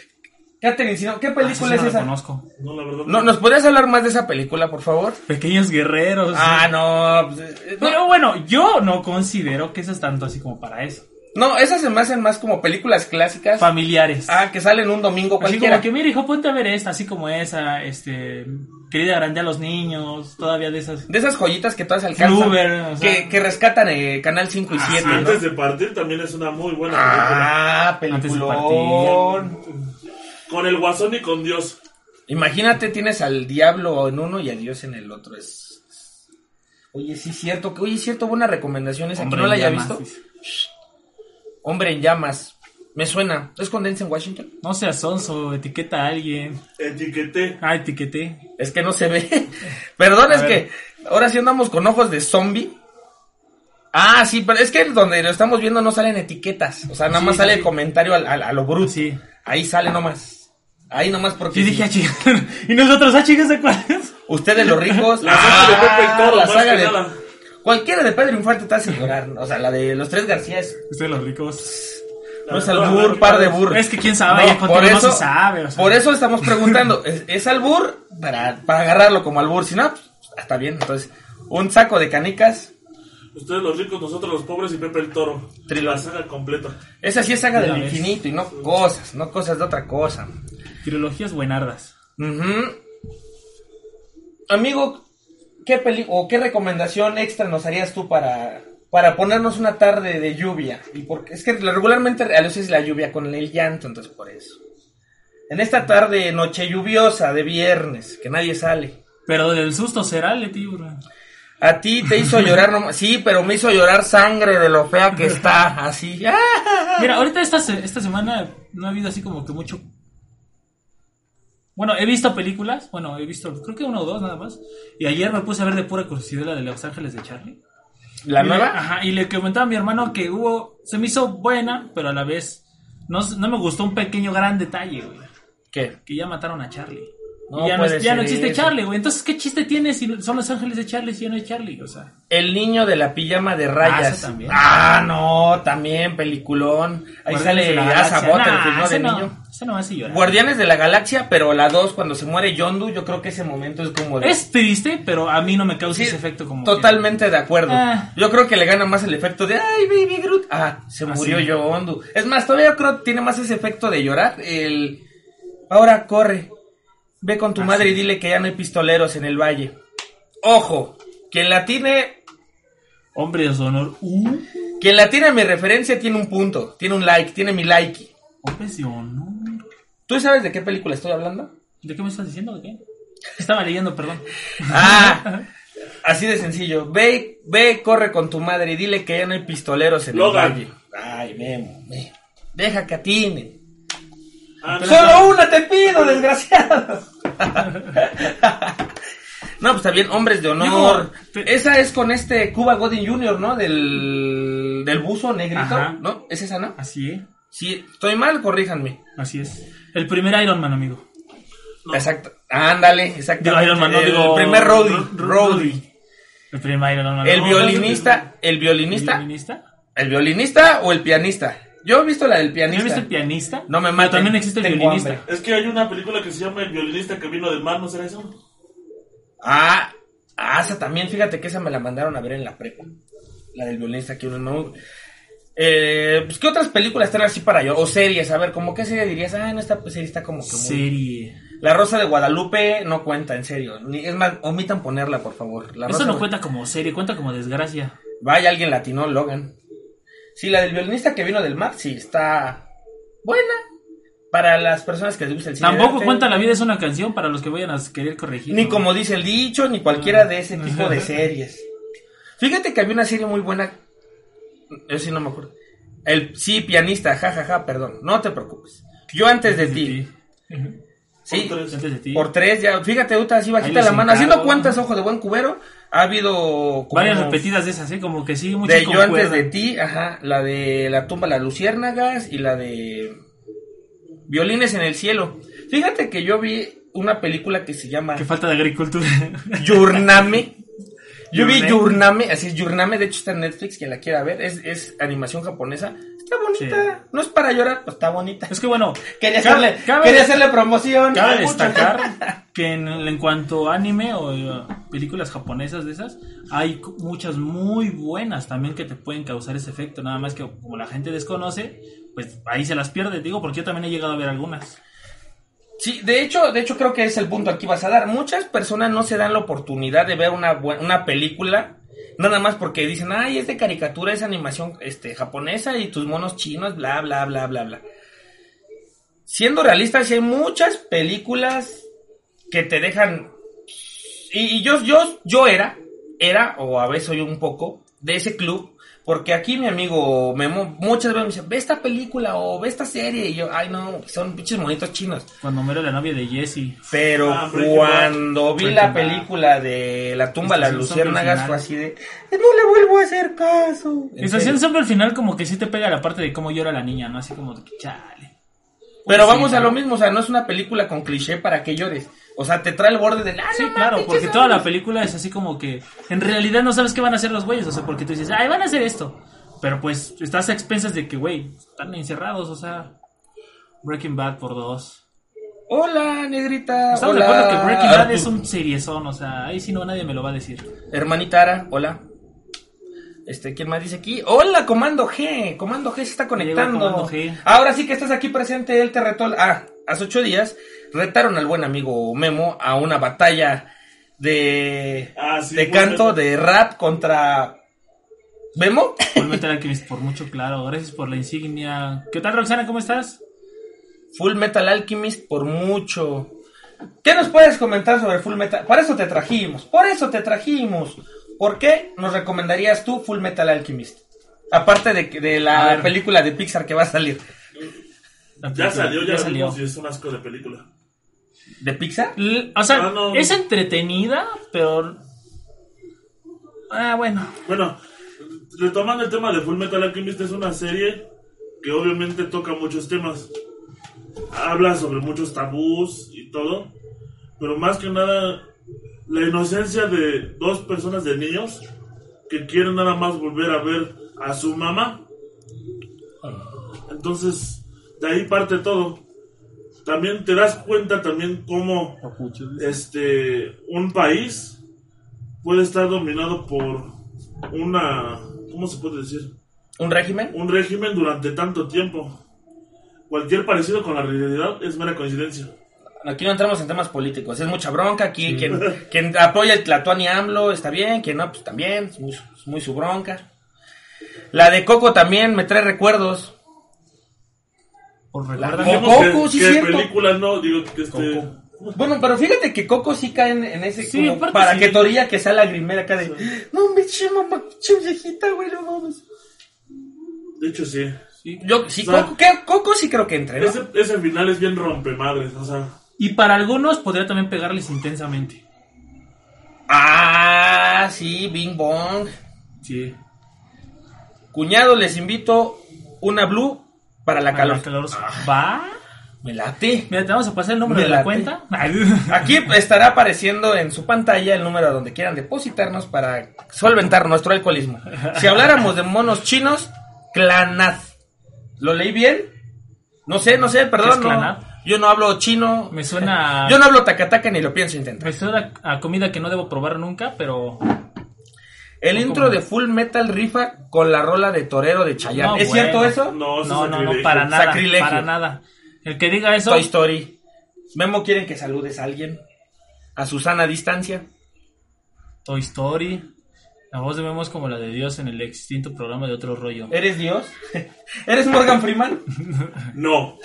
S2: Catherine sin nombre. ¿Qué película
S1: Así Ah, no
S2: es
S1: la
S2: esa?
S1: conozco.
S3: No, la verdad.
S2: No, ¿Nos podrías hablar más de esa película, por favor?
S1: Pequeños guerreros.
S2: Ah, no. pues, eh, no.
S1: Pero bueno, yo no considero que eso es tanto así como para eso.
S2: No, esas se me hacen más como películas clásicas.
S1: Familiares.
S2: Ah, que salen un domingo
S1: así
S2: cualquiera.
S1: como que, mira, hijo, ponte a ver esta, así como esa, este, querida grande a los niños, todavía de esas.
S2: De esas joyitas que todas alcanzan.
S1: Kluber, o sea. Ah,
S2: que, que rescatan eh, Canal 5 y 7. ¿no?
S3: Antes de partir también es una muy buena película.
S2: Ah,
S1: Antes de
S2: peliculón.
S3: Con el guasón y con Dios.
S2: Imagínate, tienes al diablo en uno y a Dios en el otro. Es. Oye, sí, cierto. que- Oye, cierto, buena recomendación esa. que
S1: Hombre
S2: no la
S1: en
S2: haya
S1: llamas,
S2: visto?
S1: dice.
S2: Hombre en llamas. Me suena. ¿Es con Denzel Washington?
S1: No seas sonso, etiqueta a alguien.
S3: Etiqueté.
S1: Ah, etiqueté.
S2: Es que no se ve. Perdón,
S1: A
S2: es
S1: ver.
S2: que ahora sí andamos con ojos de zombie. Ah, sí, pero es que donde lo estamos viendo no salen etiquetas. O sea, nada
S1: Sí,
S2: más
S1: sí,
S2: sale
S1: sí.
S2: el comentario al- al- a, lo bruto.
S1: Sí.
S2: Ahí sale nomás. Ahí nomás porque.
S1: Yo
S2: sí.
S1: dije, ah, chinga. Y nosotros, ah, chicas, ¿de cuál es?
S2: Ustedes los ricos.
S3: La saga de Pepe y Toro,
S2: la
S3: más
S2: saga
S3: que
S2: de-
S3: nada.
S2: Cualquiera de Pedro Infante te hace llorar. O sea, la de los tres García es.
S1: Ustedes los ricos.
S2: No es albur, par de burro.
S1: Es que quién sabe, ya contigo no se sabe, o sea.
S2: por eso estamos preguntando. ¿Es, es albur? Para, para agarrarlo como albur. Si no, pues, está bien. Entonces, un saco de canicas.
S3: Ustedes los ricos, nosotros los pobres y Pepe el Toro.
S2: Trilogía.
S3: La saga completa.
S2: Esa sí es saga
S1: De
S2: del
S1: una vez.
S2: infinito y no cosas, no cosas de otra cosa.
S1: Trilogías buenardas.
S2: Ujú. Amigo, ¿qué peli o qué recomendación extra nos harías tú para, para ponernos una tarde de lluvia? Y porque es que regularmente asocias la lluvia con el llanto, entonces por eso. En esta tarde noche lluviosa de viernes, que nadie sale.
S1: Pero del susto será, Leti, bro.
S2: A ti te hizo llorar, nomás- sí, pero me hizo llorar sangre de lo fea que está, así. ¡ah!
S1: Mira, ahorita esta, se- esta semana no ha habido así como que mucho. Bueno, he visto películas. Bueno, he visto, creo que una o dos nada más. Y ayer me puse a ver de pura curiosidad la de Los Ángeles de Charlie.
S2: ¿La
S1: Y le-
S2: nueva?
S1: Ajá, y le comentaba a mi hermano que hubo. Se me hizo buena, pero a la vez. No, no me gustó un pequeño gran detalle, güey.
S2: ¿Qué?
S1: Que ya mataron a Charlie. Y
S2: No
S1: ya no, es-
S2: puede
S1: ya no
S2: ser
S1: existe
S2: eso.
S1: Charlie, güey. Entonces, ¿qué chiste tiene si son Los Ángeles de Charlie si ya no hay Charlie? O sea.
S2: El niño de la pijama de rayas.
S1: Ah, eso también.
S2: Ah, no, también, peliculón. Ahí
S1: Guardianes de
S2: sale
S1: la
S2: Asa
S1: Galaxia.
S2: Butterfield,
S1: Nah,
S2: ¿no?
S1: ese
S2: De
S1: no,
S2: niño.
S1: ese no me hace llorar.
S2: Guardianes de la Galaxia, pero la 2, cuando se muere Yondu, yo creo que ese momento es como de.
S1: Es triste, pero a mí no me causa
S2: Sí,
S1: ese efecto como. que-
S2: Totalmente de acuerdo.
S1: Ah.
S2: Yo creo que le gana más el efecto de. ¡Ay, baby Groot! Ah, se murió
S1: sí.
S2: Yondu. Es más, todavía yo creo que tiene más ese efecto de llorar. El. Ahora corre. Ve con tu
S1: Ah,
S2: madre
S1: sí.
S2: y dile que ya no hay pistoleros en el valle. Ojo, quien la tiene
S1: Hombres de honor. Uh,
S2: Quien la tiene a mi referencia tiene un punto, tiene un like, tiene mi like.
S1: hombres de honor.
S2: ¿Tú sabes de qué película estoy hablando?
S1: ¿De qué me estás diciendo? ¿De qué? Estaba leyendo, perdón.
S2: Ah, así de sencillo. Ve, ve, corre con tu madre y dile que ya no hay pistoleros en
S3: Logan.
S2: el valle. Ay, Memo, Memo. Deja que atinen.
S3: Ah, no,
S2: Solo una te pido, desgraciado. No, pues está bien, hombres de honor.
S1: Digo, te-
S2: Esa es con este Cuba Godin Jr., ¿no? Del, del buzo negrito,
S1: Ajá.
S2: ¿no? ¿Es esa, no?
S1: Así es.
S2: Si estoy mal, corríjanme.
S1: Así es. El primer Iron Man, amigo.
S3: No.
S2: Exacto. Ándale, exacto.
S1: Digo, Iron Man, no
S2: el
S1: digo-
S2: primer Roddy.
S1: Ro- Ro-
S2: Roddy.
S1: El primer Iron Man.
S2: El
S1: No,
S2: violinista, el
S1: ¿El
S2: violinista,
S1: violinista?
S2: el violinista o el pianista. Yo he visto la
S1: ¿No he
S2: del
S1: visto
S2: pianista.
S1: el pianista?
S2: No me
S1: Pero
S2: maten,
S1: También existe el
S2: tengo
S1: violinista.
S2: hambre.
S3: Es que hay una película que se llama El violinista que vino del mar, ¿no será eso?
S2: Ah, ah, esa también, fíjate que esa me la mandaron a ver en la prepa. La del violinista que uno no. Eh, pues, ¿qué otras películas están así para yo? O series, a ver, ¿cómo qué serie dirías? Ah, no, esta pues, serie está como que muy...
S1: Serie.
S2: La Rosa de Guadalupe no cuenta, en serio. Ni- es más, omitan ponerla, por favor. La
S1: Eso
S2: Rosa
S1: no
S2: de-
S1: cuenta como serie, cuenta como desgracia.
S2: Vaya, alguien latino, Logan. Sí, la del violinista que vino del mar, sí, está buena. Para las personas que les gusta el cine. de
S1: Tampoco
S2: arte.
S1: cuenta la vida es una canción para los que vayan a querer corregir.
S2: Ni
S1: ¿no?
S2: como dice el dicho, ni cualquiera de ese tipo de series. Fíjate que había una serie muy buena. Yo sí no me acuerdo. El sí, pianista, jajaja, perdón. No te preocupes. Yo antes de ti. Sí,
S3: Por tres.
S1: Antes de ti.
S2: por tres, ya. Fíjate, Uta, así bajita
S1: les
S2: la mano. Haciendo
S1: encargo.
S2: cuentas, ojo de buen cubero. Ha habido. como
S1: Varias
S2: unos-
S1: repetidas de esas, ¿eh? Como que sí, muchas
S2: de yo antes
S1: concuerdan.
S2: de ti, ajá, la de la tumba de las luciérnagas y la de Violines en el cielo. Fíjate que yo vi una película que se llama
S1: Qué falta de agricultura.
S2: Yurname. Yo vi
S1: Yurname.
S2: Yurname, así es, Yurname, de hecho está en Netflix, quien la quiera ver, es, es animación japonesa. Está bonita, no es para llorar, pues está bonita.
S1: es que bueno,
S2: Quería
S1: Cabe-
S2: hacerle,
S1: cabe-
S2: quería hacerle promoción.
S1: Cabe destacar que en, en cuanto a anime o eh, películas japonesas de esas, hay cu- muchas muy buenas también que te pueden causar ese efecto, nada más que como la gente desconoce, pues ahí se las pierde, digo, porque yo también he llegado a ver algunas.
S2: Sí, de hecho, de hecho creo que es el punto aquí vas a dar. Muchas personas no se dan la oportunidad de ver una, buen- una película, nada más porque dicen, ay, es de caricatura, es animación este, japonesa y tus monos chinos, bla, bla, bla, bla, bla. Siendo realistas, sí hay muchas películas que te dejan... Y, y yo, yo, yo era, era, o a veces soy un poco, de ese club. Porque aquí mi amigo Memo muchas veces me dice, ve esta película o ve esta serie. Y yo, ay no, son pinches monitos chinos.
S1: Cuando muere la novia de Jesse.
S2: Pero
S3: Ah, Breaking
S2: cuando vi
S1: Breaking
S2: la
S1: Bad.
S2: película de La tumba de las
S1: Estación Zombie
S2: luciérnagas
S1: original.
S2: fue así de no le vuelvo a hacer caso. En
S1: Estación
S2: serio.
S1: siempre al final como que sí te pega la parte de cómo llora la niña, ¿no? Así como de que chale.
S2: Pero
S1: Pues sí,
S2: vamos a
S1: ¿no?
S2: lo mismo, o sea, no es una película con cliché para que llores. O sea, te trae el borde del ah,
S1: Sí,
S2: no
S1: claro,
S2: mames,
S1: porque
S2: eso".
S1: toda la película es así como que en realidad no sabes qué van a hacer los güeyes, o sea, porque tú dices, ay, van a hacer esto, pero pues estás a expensas de que, güey, están encerrados, o sea, Breaking Bad por dos.
S2: Hola, negrita.
S1: Estamos
S2: hola,
S1: de acuerdo que Breaking Bad
S2: Artu-
S1: es un seriezón, o sea, ahí sí no nadie me lo va a decir.
S2: Hermanita Ara, hola. Este, ¿quién más dice aquí? Hola, Comando G. Comando G se está conectando.
S1: Comando G.
S2: Ahora sí que estás aquí presente, él te retó. Ah, hace ocho días retaron al buen amigo Memo a una batalla de,
S3: Ah, sí,
S2: de
S3: fue-
S2: canto, de rap contra Memo.
S1: Full Metal Alchemist, por mucho, claro, gracias por la insignia. ¿Qué tal, Roxana? ¿Cómo estás?
S2: Full Metal Alchemist por mucho. ¿Qué nos puedes comentar sobre Full Metal? Por eso te trajimos, por eso te trajimos. ¿Por qué nos recomendarías tú Full Metal Alchemist? Aparte de, que- de
S1: A
S2: la
S1: ver.
S2: película de Pixar que va a salir.
S1: La
S3: Ya
S1: película,
S3: salió, ya, salió. Si es un asco de película.
S2: ¿De Pixar?
S1: L- O sea,
S3: No, Ah, no.
S1: es entretenida, pero... Ah, bueno.
S3: Bueno, retomando el tema de Full Metal Alchemist, es una serie que obviamente toca muchos temas. Habla sobre muchos tabús y todo, pero más que nada la inocencia de dos personas de niños que quieren nada más volver a ver a su mamá. Entonces, de ahí parte todo. También te das cuenta también cómo este un país puede estar dominado por una ¿cómo se puede decir?
S2: ¿Un régimen?
S3: un régimen durante tanto tiempo. Cualquier parecido con la realidad es mera coincidencia.
S2: Aquí no entramos en temas políticos. Es mucha bronca. Aquí quien, quien apoya el Tlatuani AMLO está bien. Quien no, pues también. Es muy, su- es muy su bronca. La de Coco también me trae recuerdos.
S1: Por recuerda
S2: Coco,
S3: Digamos
S2: sí,
S3: que
S2: cierto.
S3: película no, digo que este
S1: Coco.
S2: Bueno, pero fíjate que Coco sí cae en, en ese
S1: Sí,
S2: como
S1: aparte
S2: para
S1: sí.
S2: que Torilla que sea lagrimera acá de no me eché mamá, pinche viejita, güey, no mames.
S3: de hecho sí.
S1: Sí.
S2: Yo sí,
S3: O sea,
S2: Coco, ¿qué? Coco sí creo que entre, ¿no?
S3: Ese, ese final es bien rompemadres, o sea,
S1: Y para algunos podría también pegarles intensamente.
S2: Ah, sí, Bing Bong.
S1: Sí.
S2: Cuñado, les invito una blue para
S1: Ah,
S2: la calor.
S1: Va.
S2: Me late.
S1: Mira, te vamos a pasar el número
S2: Me
S1: de la
S2: late.
S1: cuenta.
S2: Aquí estará apareciendo en su pantalla el número a donde quieran depositarnos para solventar nuestro alcoholismo. Si habláramos de monos chinos, clanaz. ¿Lo leí bien? No sé, no sé,
S1: ¿Qué es
S2: perdón. no.
S1: clanaz?
S2: yo no hablo chino.
S1: Me suena-
S2: Yo no hablo tacataca ni lo pienso intentar.
S1: Me suena a comida que no debo probar nunca, pero.
S2: El intro de Full Metal rifa con la rola de torero de Chayanne.
S1: No,
S2: ¿Es
S1: bueno.
S2: cierto eso?
S3: no,
S1: No, no, no,
S3: sacrilegio.
S1: para nada.
S2: Sacrilegio.
S1: Para nada. El que diga eso.
S2: Toy Story. Memo, ¿quieren que saludes a alguien? A Susana a distancia.
S1: Toy Story. La voz de Memo es como la de Dios en el extinto programa de otro rollo.
S2: ¿Eres Dios? ¿Eres Morgan Freeman?
S3: No.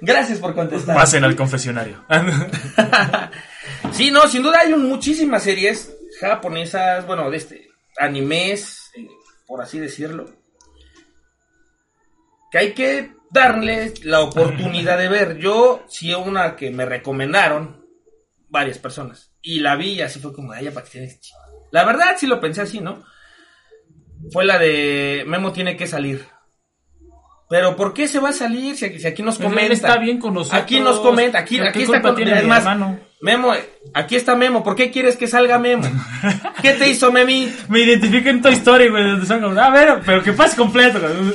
S2: Gracias por contestar.
S1: Pasen al confesionario.
S2: Sí, no, sin duda hay un- muchísimas series japonesas, bueno, de este, animes, eh, por así decirlo, que hay que darles la oportunidad de ver. Yo, sí, una que me recomendaron varias personas, y la vi y así fue como, ay, ya para que tienes ch-". La verdad, sí lo pensé así, ¿no? Fue la de Memo tiene que salir. Pero ¿por qué se va a salir si aquí, si aquí nos
S1: Pero él
S2: comenta?
S1: Pues está bien con nosotros.
S2: Aquí nos comenta, aquí,
S1: ¿Pero
S2: aquí
S1: qué
S2: está
S1: culpa
S2: con-
S1: tiene mi
S2: además,
S1: hermano?
S2: Memo, aquí está Memo, ¿por qué quieres que salga Memo? ¿Qué te hizo Memi?
S1: Me identifico en Toy Story, güey. donde son como, A ver, pero que pase completo. güey.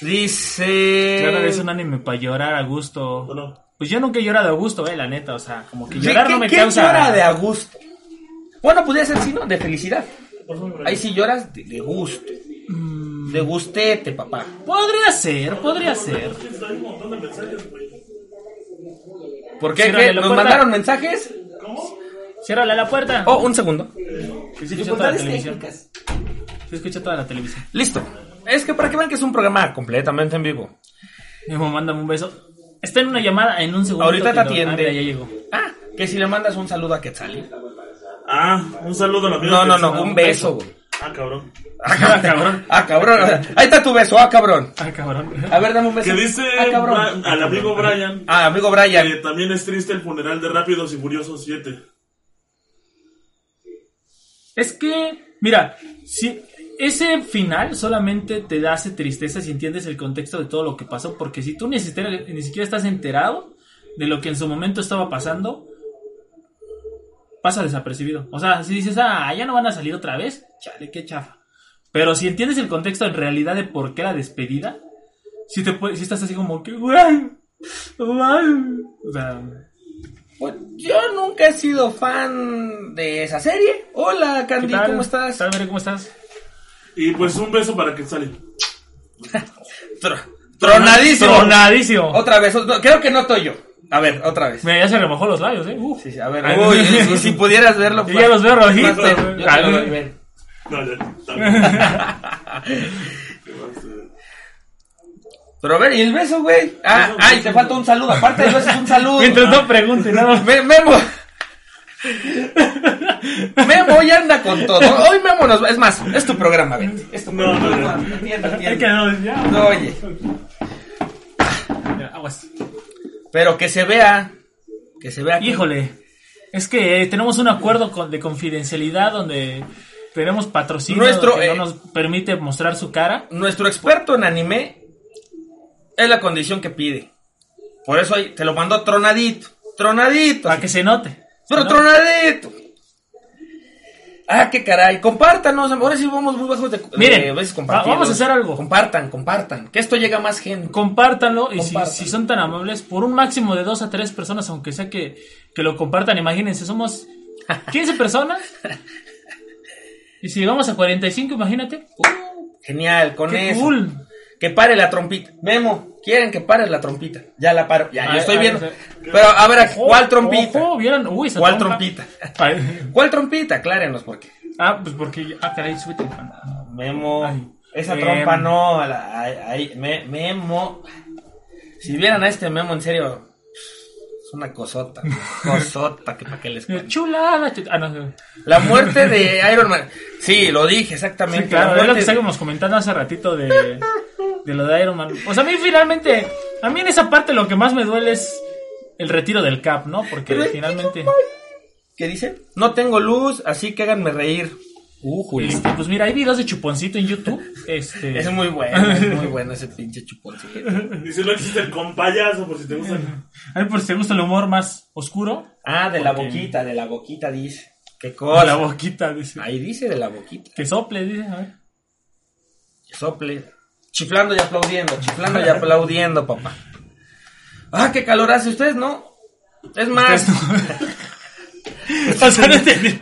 S2: Dice...
S1: Claro, es un anime para llorar a gusto.
S3: Bueno,
S1: Pues yo nunca he llorado a gusto, eh, la neta. O sea, como que
S2: ¿Qué,
S1: llorar no
S2: qué-
S1: me
S2: qué
S1: causa.
S2: llora de a gusto? Bueno, podría ser, sí, ¿no? De felicidad.
S3: por favor.
S2: Ahí sí lloras de, de gusto. De gustete, papá.
S1: Podría ser, podría ser.
S3: Es que hay un montón de mensajes, güey.
S2: ¿Por qué?
S1: Sí,
S2: ¿Qué?
S1: dale, la
S2: ¿Nos
S1: puerta.
S2: mandaron mensajes?
S3: ¿Cómo?
S1: Ciérrale la puerta.
S2: Oh, un segundo.
S1: se escucha toda la Ah. televisión. Se escucha toda la televisión.
S2: Listo. Es que para que vean que es un programa completamente en vivo.
S1: Mi mamá, mándame un beso. Está en una llamada en un segundo.
S2: Ahorita te
S1: Ah, mira,
S2: atiende.
S1: ya llegó.
S2: Ah, que si le mandas un saludo a Quetzalí.
S3: Ah, un saludo a la amiga
S2: No,
S3: que
S2: no,
S3: se
S2: no,
S3: llama-
S2: un beso, güey.
S3: Ah, cabrón.
S1: Ah, cabrón.
S2: Ah, cabrón. Ahí está tu beso, ah, cabrón.
S1: Ah, cabrón.
S2: A ver, dame un beso.
S3: Que dice
S2: Ah, cabrón.
S3: Bra- al amigo Brian
S2: Ah, amigo Brian.
S3: que también es triste el funeral de Rápidos y Furiosos 7.
S1: Es que, mira, si ese final solamente te da hace tristeza si entiendes el contexto de todo lo que pasó, porque si tú ni siquiera, ni siquiera estás enterado de lo que en su momento estaba pasando, pasa desapercibido. O sea, si dices, ah, ya no van a salir otra vez, chale, qué chafa. Pero si entiendes el contexto en realidad de por qué la despedida, si te puedes, si estás así como que, güey, no mames". o sea,
S2: Pues, yo nunca he sido fan de esa serie. Hola,
S1: ¿qué
S2: Candy,
S1: tal?
S2: ¿cómo estás?
S1: ¿Tal, Mary, ¿Cómo estás?
S3: Y pues un beso para que sale.
S2: Tro- Tronadísimo.
S1: Tronadísimo.
S2: Otra vez, no, creo que no estoy yo. A ver, otra vez.
S1: Mira, ya se remojó los labios, ¿eh? Uf.
S2: Sí, sí, a ver.
S1: Ay,
S2: Uy,
S1: no.
S2: si, si pudieras verlo.
S1: Yo ya los veo rojitos.
S2: Yo te lo doy, ven.
S3: No, ya. también.
S2: Pero a ver, ¿y el beso, güey? Ah,
S3: Beso,
S2: ay,
S3: beso.
S2: te falta un saludo. Aparte del beso es un saludo.
S1: Mientras no pregunte, nada.
S2: Me- Memo. Memo ya anda con todo. Hoy Memo nos va. Es más, es tu programa, vente. Es tu
S3: No, no,
S2: programa.
S3: no.
S2: Entiendo,
S1: Hay que
S2: entiendo.
S1: no, ya.
S2: No, oye,
S1: Ya, Aguas.
S2: pero que se vea. Que se vea. que-
S1: Híjole. Es que eh, tenemos un acuerdo con- de confidencialidad donde tenemos patrocinio
S2: Nuestro,
S1: que
S2: eh,
S1: no nos permite mostrar su cara.
S2: Nuestro experto en anime es la condición que pide. Por eso ahí te lo mandó tronadito. Tronadito.
S1: Para que se note.
S2: Pero
S1: ¿No?
S2: tronadito. Ah, qué caray. Compártanos. Ahora sí vamos muy bajos de.
S1: Miren,
S2: de veces
S1: va-
S2: compartidos.
S1: vamos a hacer algo.
S2: Compartan, compartan. Que esto llega a más gente.
S1: Compártanlo y si,
S2: Compartan.
S1: si son tan amables, por un máximo de dos a tres personas, aunque sea que, que lo compartan, imagínense, somos 15 personas. Y si llegamos a 45, imagínate.
S2: Genial, con
S1: ¡Qué
S2: eso.
S1: cool!
S2: Que pare la trompita. Memo, quieren que pare la trompita. Ya la paro. Ya,
S1: Ay,
S2: yo estoy
S1: ay,
S2: viendo.
S1: o sea,
S2: Pero a ver,
S1: ah, Ojo,
S2: ¿cuál trompita?
S1: ojo, ¿vieron? Uy, esa
S2: ¿Cuál
S1: trompa.
S2: trompita?
S1: Ay,
S2: ¿Cuál trompita? Aclárenos por qué.
S1: Ah, pues porque. Ah, caray, súbete.
S2: Memo.
S1: Ay.
S2: Esa
S1: Em.
S2: trompa no. a la- ay, ay, me- memo. Si vieran a este Memo, en serio. Es una cosota. Cosota, que para qué les cuento.
S1: Eh, Chulada. chul- Ah, no.
S2: La muerte de Iron Man. Sí, lo dije
S1: Sí,
S2: exactamente.
S1: claro,
S2: la
S1: es lo que
S2: muerte-
S1: estábamos comentando hace ratito de, de lo de Iron Man. O sea, a mí finalmente. A mí en esa parte lo que más me duele es el retiro del Cap, ¿no? Porque
S2: Retiro,
S1: finalmente.
S2: ¿Qué dice? No tengo luz, así que háganme reír. Uh, Julio.
S1: este, pues mira, hay videos de Chuponcito en YouTube. Este.
S2: Es muy bueno, es muy bueno ese pinche chuponcito.
S3: Y si no existe el compayazo, por si te gusta.
S1: A ver, por si te gusta el humor más oscuro.
S2: Ah, de la
S1: Porque-
S2: boquita, de la boquita dice. Qué
S1: O la
S2: cosa.
S1: boquita, dice.
S2: Ahí dice de la boquita.
S1: Que sople, dice. A ver.
S2: Que sople. Chiflando y aplaudiendo, chiflando y aplaudiendo, papá. Ah, qué calor hace ustedes, ¿no? Es más,
S1: O sea, no entendí.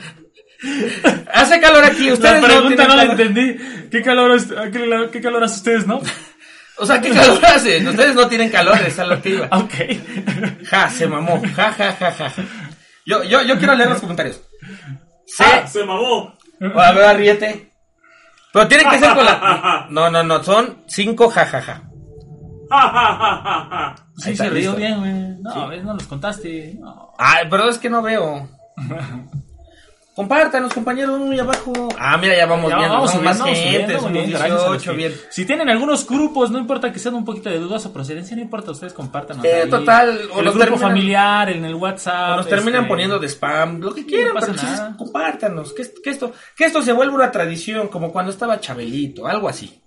S2: hace calor aquí,
S1: La
S2: ustedes no
S1: pregunta
S2: tienen
S1: no la
S2: calor.
S1: entendí. ¿Qué calor, es- ah, qué, la- qué calor hace ustedes, no?
S2: O sea, ¿qué calor hace? Ustedes no tienen calor, es a lo que iba.
S1: Ah, Ok.
S2: Ja, se mamó. Ja, ja, ja, ja. Yo, yo, yo quiero leer los comentarios. Se,
S3: ¡Ah! ¡Se mamó!
S2: A ver, ríete. Pero tienen que ser con la. No, no, no, son cinco jajaja.
S3: ¡Ja, ja, ja, ja, ja!
S1: Sí,
S2: está,
S1: se rió
S2: listo.
S1: bien, güey. No, a ver, no nos contaste. No.
S2: Ay, pero es que no veo. Compártanos, compañeros, muy abajo. Ah, mira, ya vamos
S1: Ya,
S2: viendo.
S1: vamos
S2: vamos
S1: subiendo,
S2: más
S1: vamos
S2: gente,
S1: subiendo, muy bien,
S2: somos
S1: gracias a los
S2: 18,
S1: que-
S2: bien.
S1: Si tienen algunos grupos, no importa que sean un poquito de dudosa procedencia, no importa, ustedes compartan.
S2: Eh, total, o
S1: el
S2: los
S1: grupo
S2: terminan-
S1: familiar, en el WhatsApp.
S2: O nos terminan
S1: este,
S2: poniendo de spam, lo que quieran,
S1: no pasa
S2: pero pues sí,
S1: nada.
S2: compártanos. Que, es- que esto, que esto se vuelva una tradición, como cuando estaba Chabelito, algo así.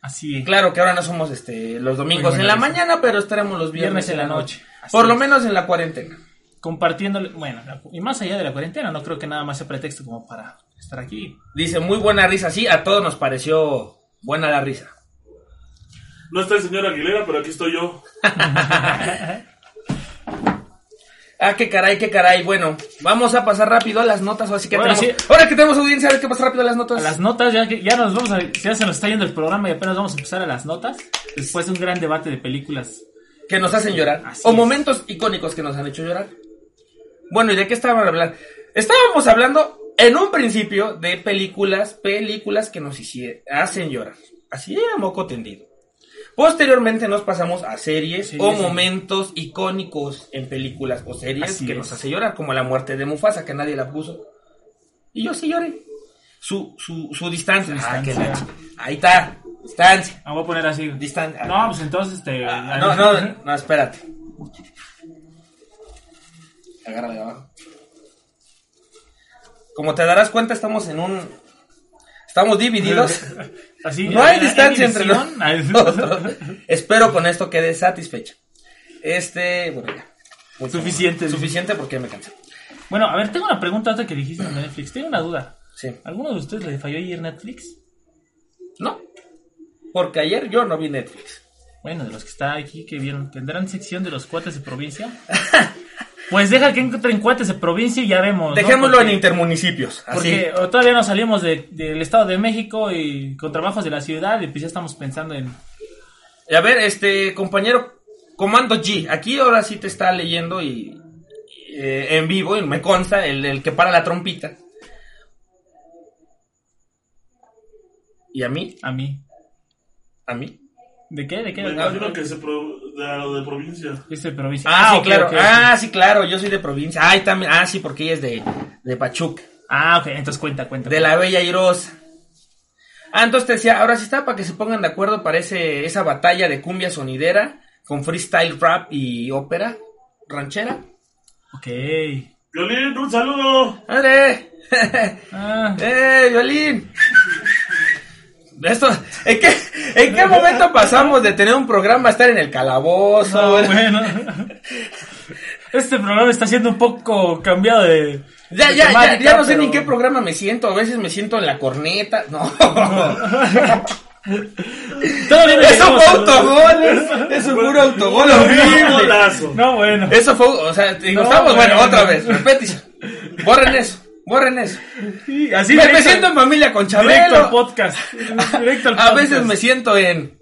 S1: Así es.
S2: Claro que ahora no somos este los domingos
S1: Muy
S2: en la
S1: buena
S2: mañana, pero estaremos los
S1: Viernes
S2: viernes,
S1: en la noche. Así
S2: Por lo
S1: es.
S2: menos en la cuarentena.
S1: Compartiéndole, bueno, la- y más allá de la cuarentena, no creo que nada más sea pretexto como para estar aquí.
S2: Dice, muy buena risa, sí, a todos nos pareció buena la risa.
S3: No está el señor Aguilera, pero aquí estoy yo.
S2: Ah, qué caray, qué caray. Bueno, vamos a pasar rápido a las notas, así que
S1: Ahora
S2: tenemos...
S1: sí.
S2: Ahora que tenemos audiencia, a ver qué pasa rápido a las
S1: A
S2: notas.
S1: las notas, ya que ya nos vamos a, ya se nos está yendo el programa y apenas vamos a empezar a las notas. Después de un gran debate de películas.
S2: Que nos hacen llorar.
S1: Así
S2: o
S1: es.
S2: momentos icónicos que nos han hecho llorar. Bueno, ¿y de qué estábamos hablando? Estábamos hablando en un principio de películas, películas que nos hicie- hacen llorar. Así a moco tendido. Posteriormente nos pasamos a series
S1: Sí,
S2: o
S1: sí.
S2: momentos icónicos en películas o series
S1: Así
S2: que
S1: es.
S2: nos hace llorar, como la muerte de Mufasa, que nadie la puso. Y yo sí lloré. Su, su, su distancia.
S1: Su
S2: Ah, que la
S1: distancia.
S2: ch- Ahí está. Distancia.
S1: Ah, voy a poner así.
S2: Distan- ah.
S1: No, pues entonces este.
S2: Ah, No, no, no, espérate. Agarra de abajo. Como te darás cuenta, estamos en un. Estamos divididos.
S1: Así,
S2: No hay
S1: ah,
S2: distancia entre
S1: división.
S2: nosotros. Espero con esto quede satisfecha. Este, bueno, ya. Mucho.
S1: Suficiente.
S2: Suficiente porque me cansé.
S1: Bueno, a ver, tengo una pregunta antes que dijiste de Netflix. Tengo una duda.
S2: Sí.
S1: ¿Alguno de ustedes le falló ayer Netflix?
S2: No. Porque ayer yo no vi Netflix.
S1: Bueno, de los que está aquí que vieron, ¿tendrán sección de los cuates de provincia? Pues deja que entren cuates de provincia y ya vemos. ¿no?
S2: Dejémoslo en
S1: Porque-
S2: intermunicipios. Así.
S1: Porque o todavía no salimos de- del Estado de México y con trabajos de la ciudad y pues ya estamos pensando en...
S2: Y A ver, este compañero Comando G, aquí ahora sí te está leyendo y eh, en vivo, y me consta, el, el que para la trompita. ¿Y a mí?
S1: A mí.
S2: ¿A mí?
S1: ¿De qué? ¿De qué?
S3: Me
S1: ¿De
S3: imagino que se pro- de, lo de provincia.
S1: qué? Este de provincia.
S2: Ah, sí,
S1: ok,
S2: claro.
S1: ok, ok.
S2: Ah, sí, claro, yo soy de provincia. Ay, también. Ah, sí, porque ella es de, de Pachuca,
S1: Ah, ok, entonces cuenta, cuenta.
S2: de la Bella Irosa. Ah, entonces te decía, ahora sí está para que se pongan de acuerdo para ese, esa batalla de cumbia sonidera con freestyle rap y ópera ranchera.
S1: Ok.
S3: Violín, un saludo.
S2: ¡Madre!
S1: Ah,
S2: ¡Eh, violín! Esto, ¿en qué, en qué momento pasamos de tener un programa a estar en el calabozo?
S1: no, bueno. Este programa está siendo un poco cambiado de...
S2: Ya,
S1: de
S2: ya, ya,
S1: temática,
S2: ya no sé
S1: pero-
S2: ni en qué programa me siento. A veces me siento en la corneta. No.
S1: Todavía no
S2: Eso
S1: llegamos
S2: fue
S1: a los-
S2: autogol. ¿eh? Eso fue un autogol
S3: Un
S2: horrible.
S3: golazo.
S1: No, bueno.
S2: Eso fue, o sea, digo,
S1: No,
S2: estamos, bueno,
S1: bueno.
S2: otra vez. Repetición. Borren eso. Borren eso.
S1: Sí, así
S2: Me, me
S1: directo-
S2: siento en familia con
S1: Directo al
S2: Chabelo.
S1: podcast. Directo al podcast.
S2: A veces me siento en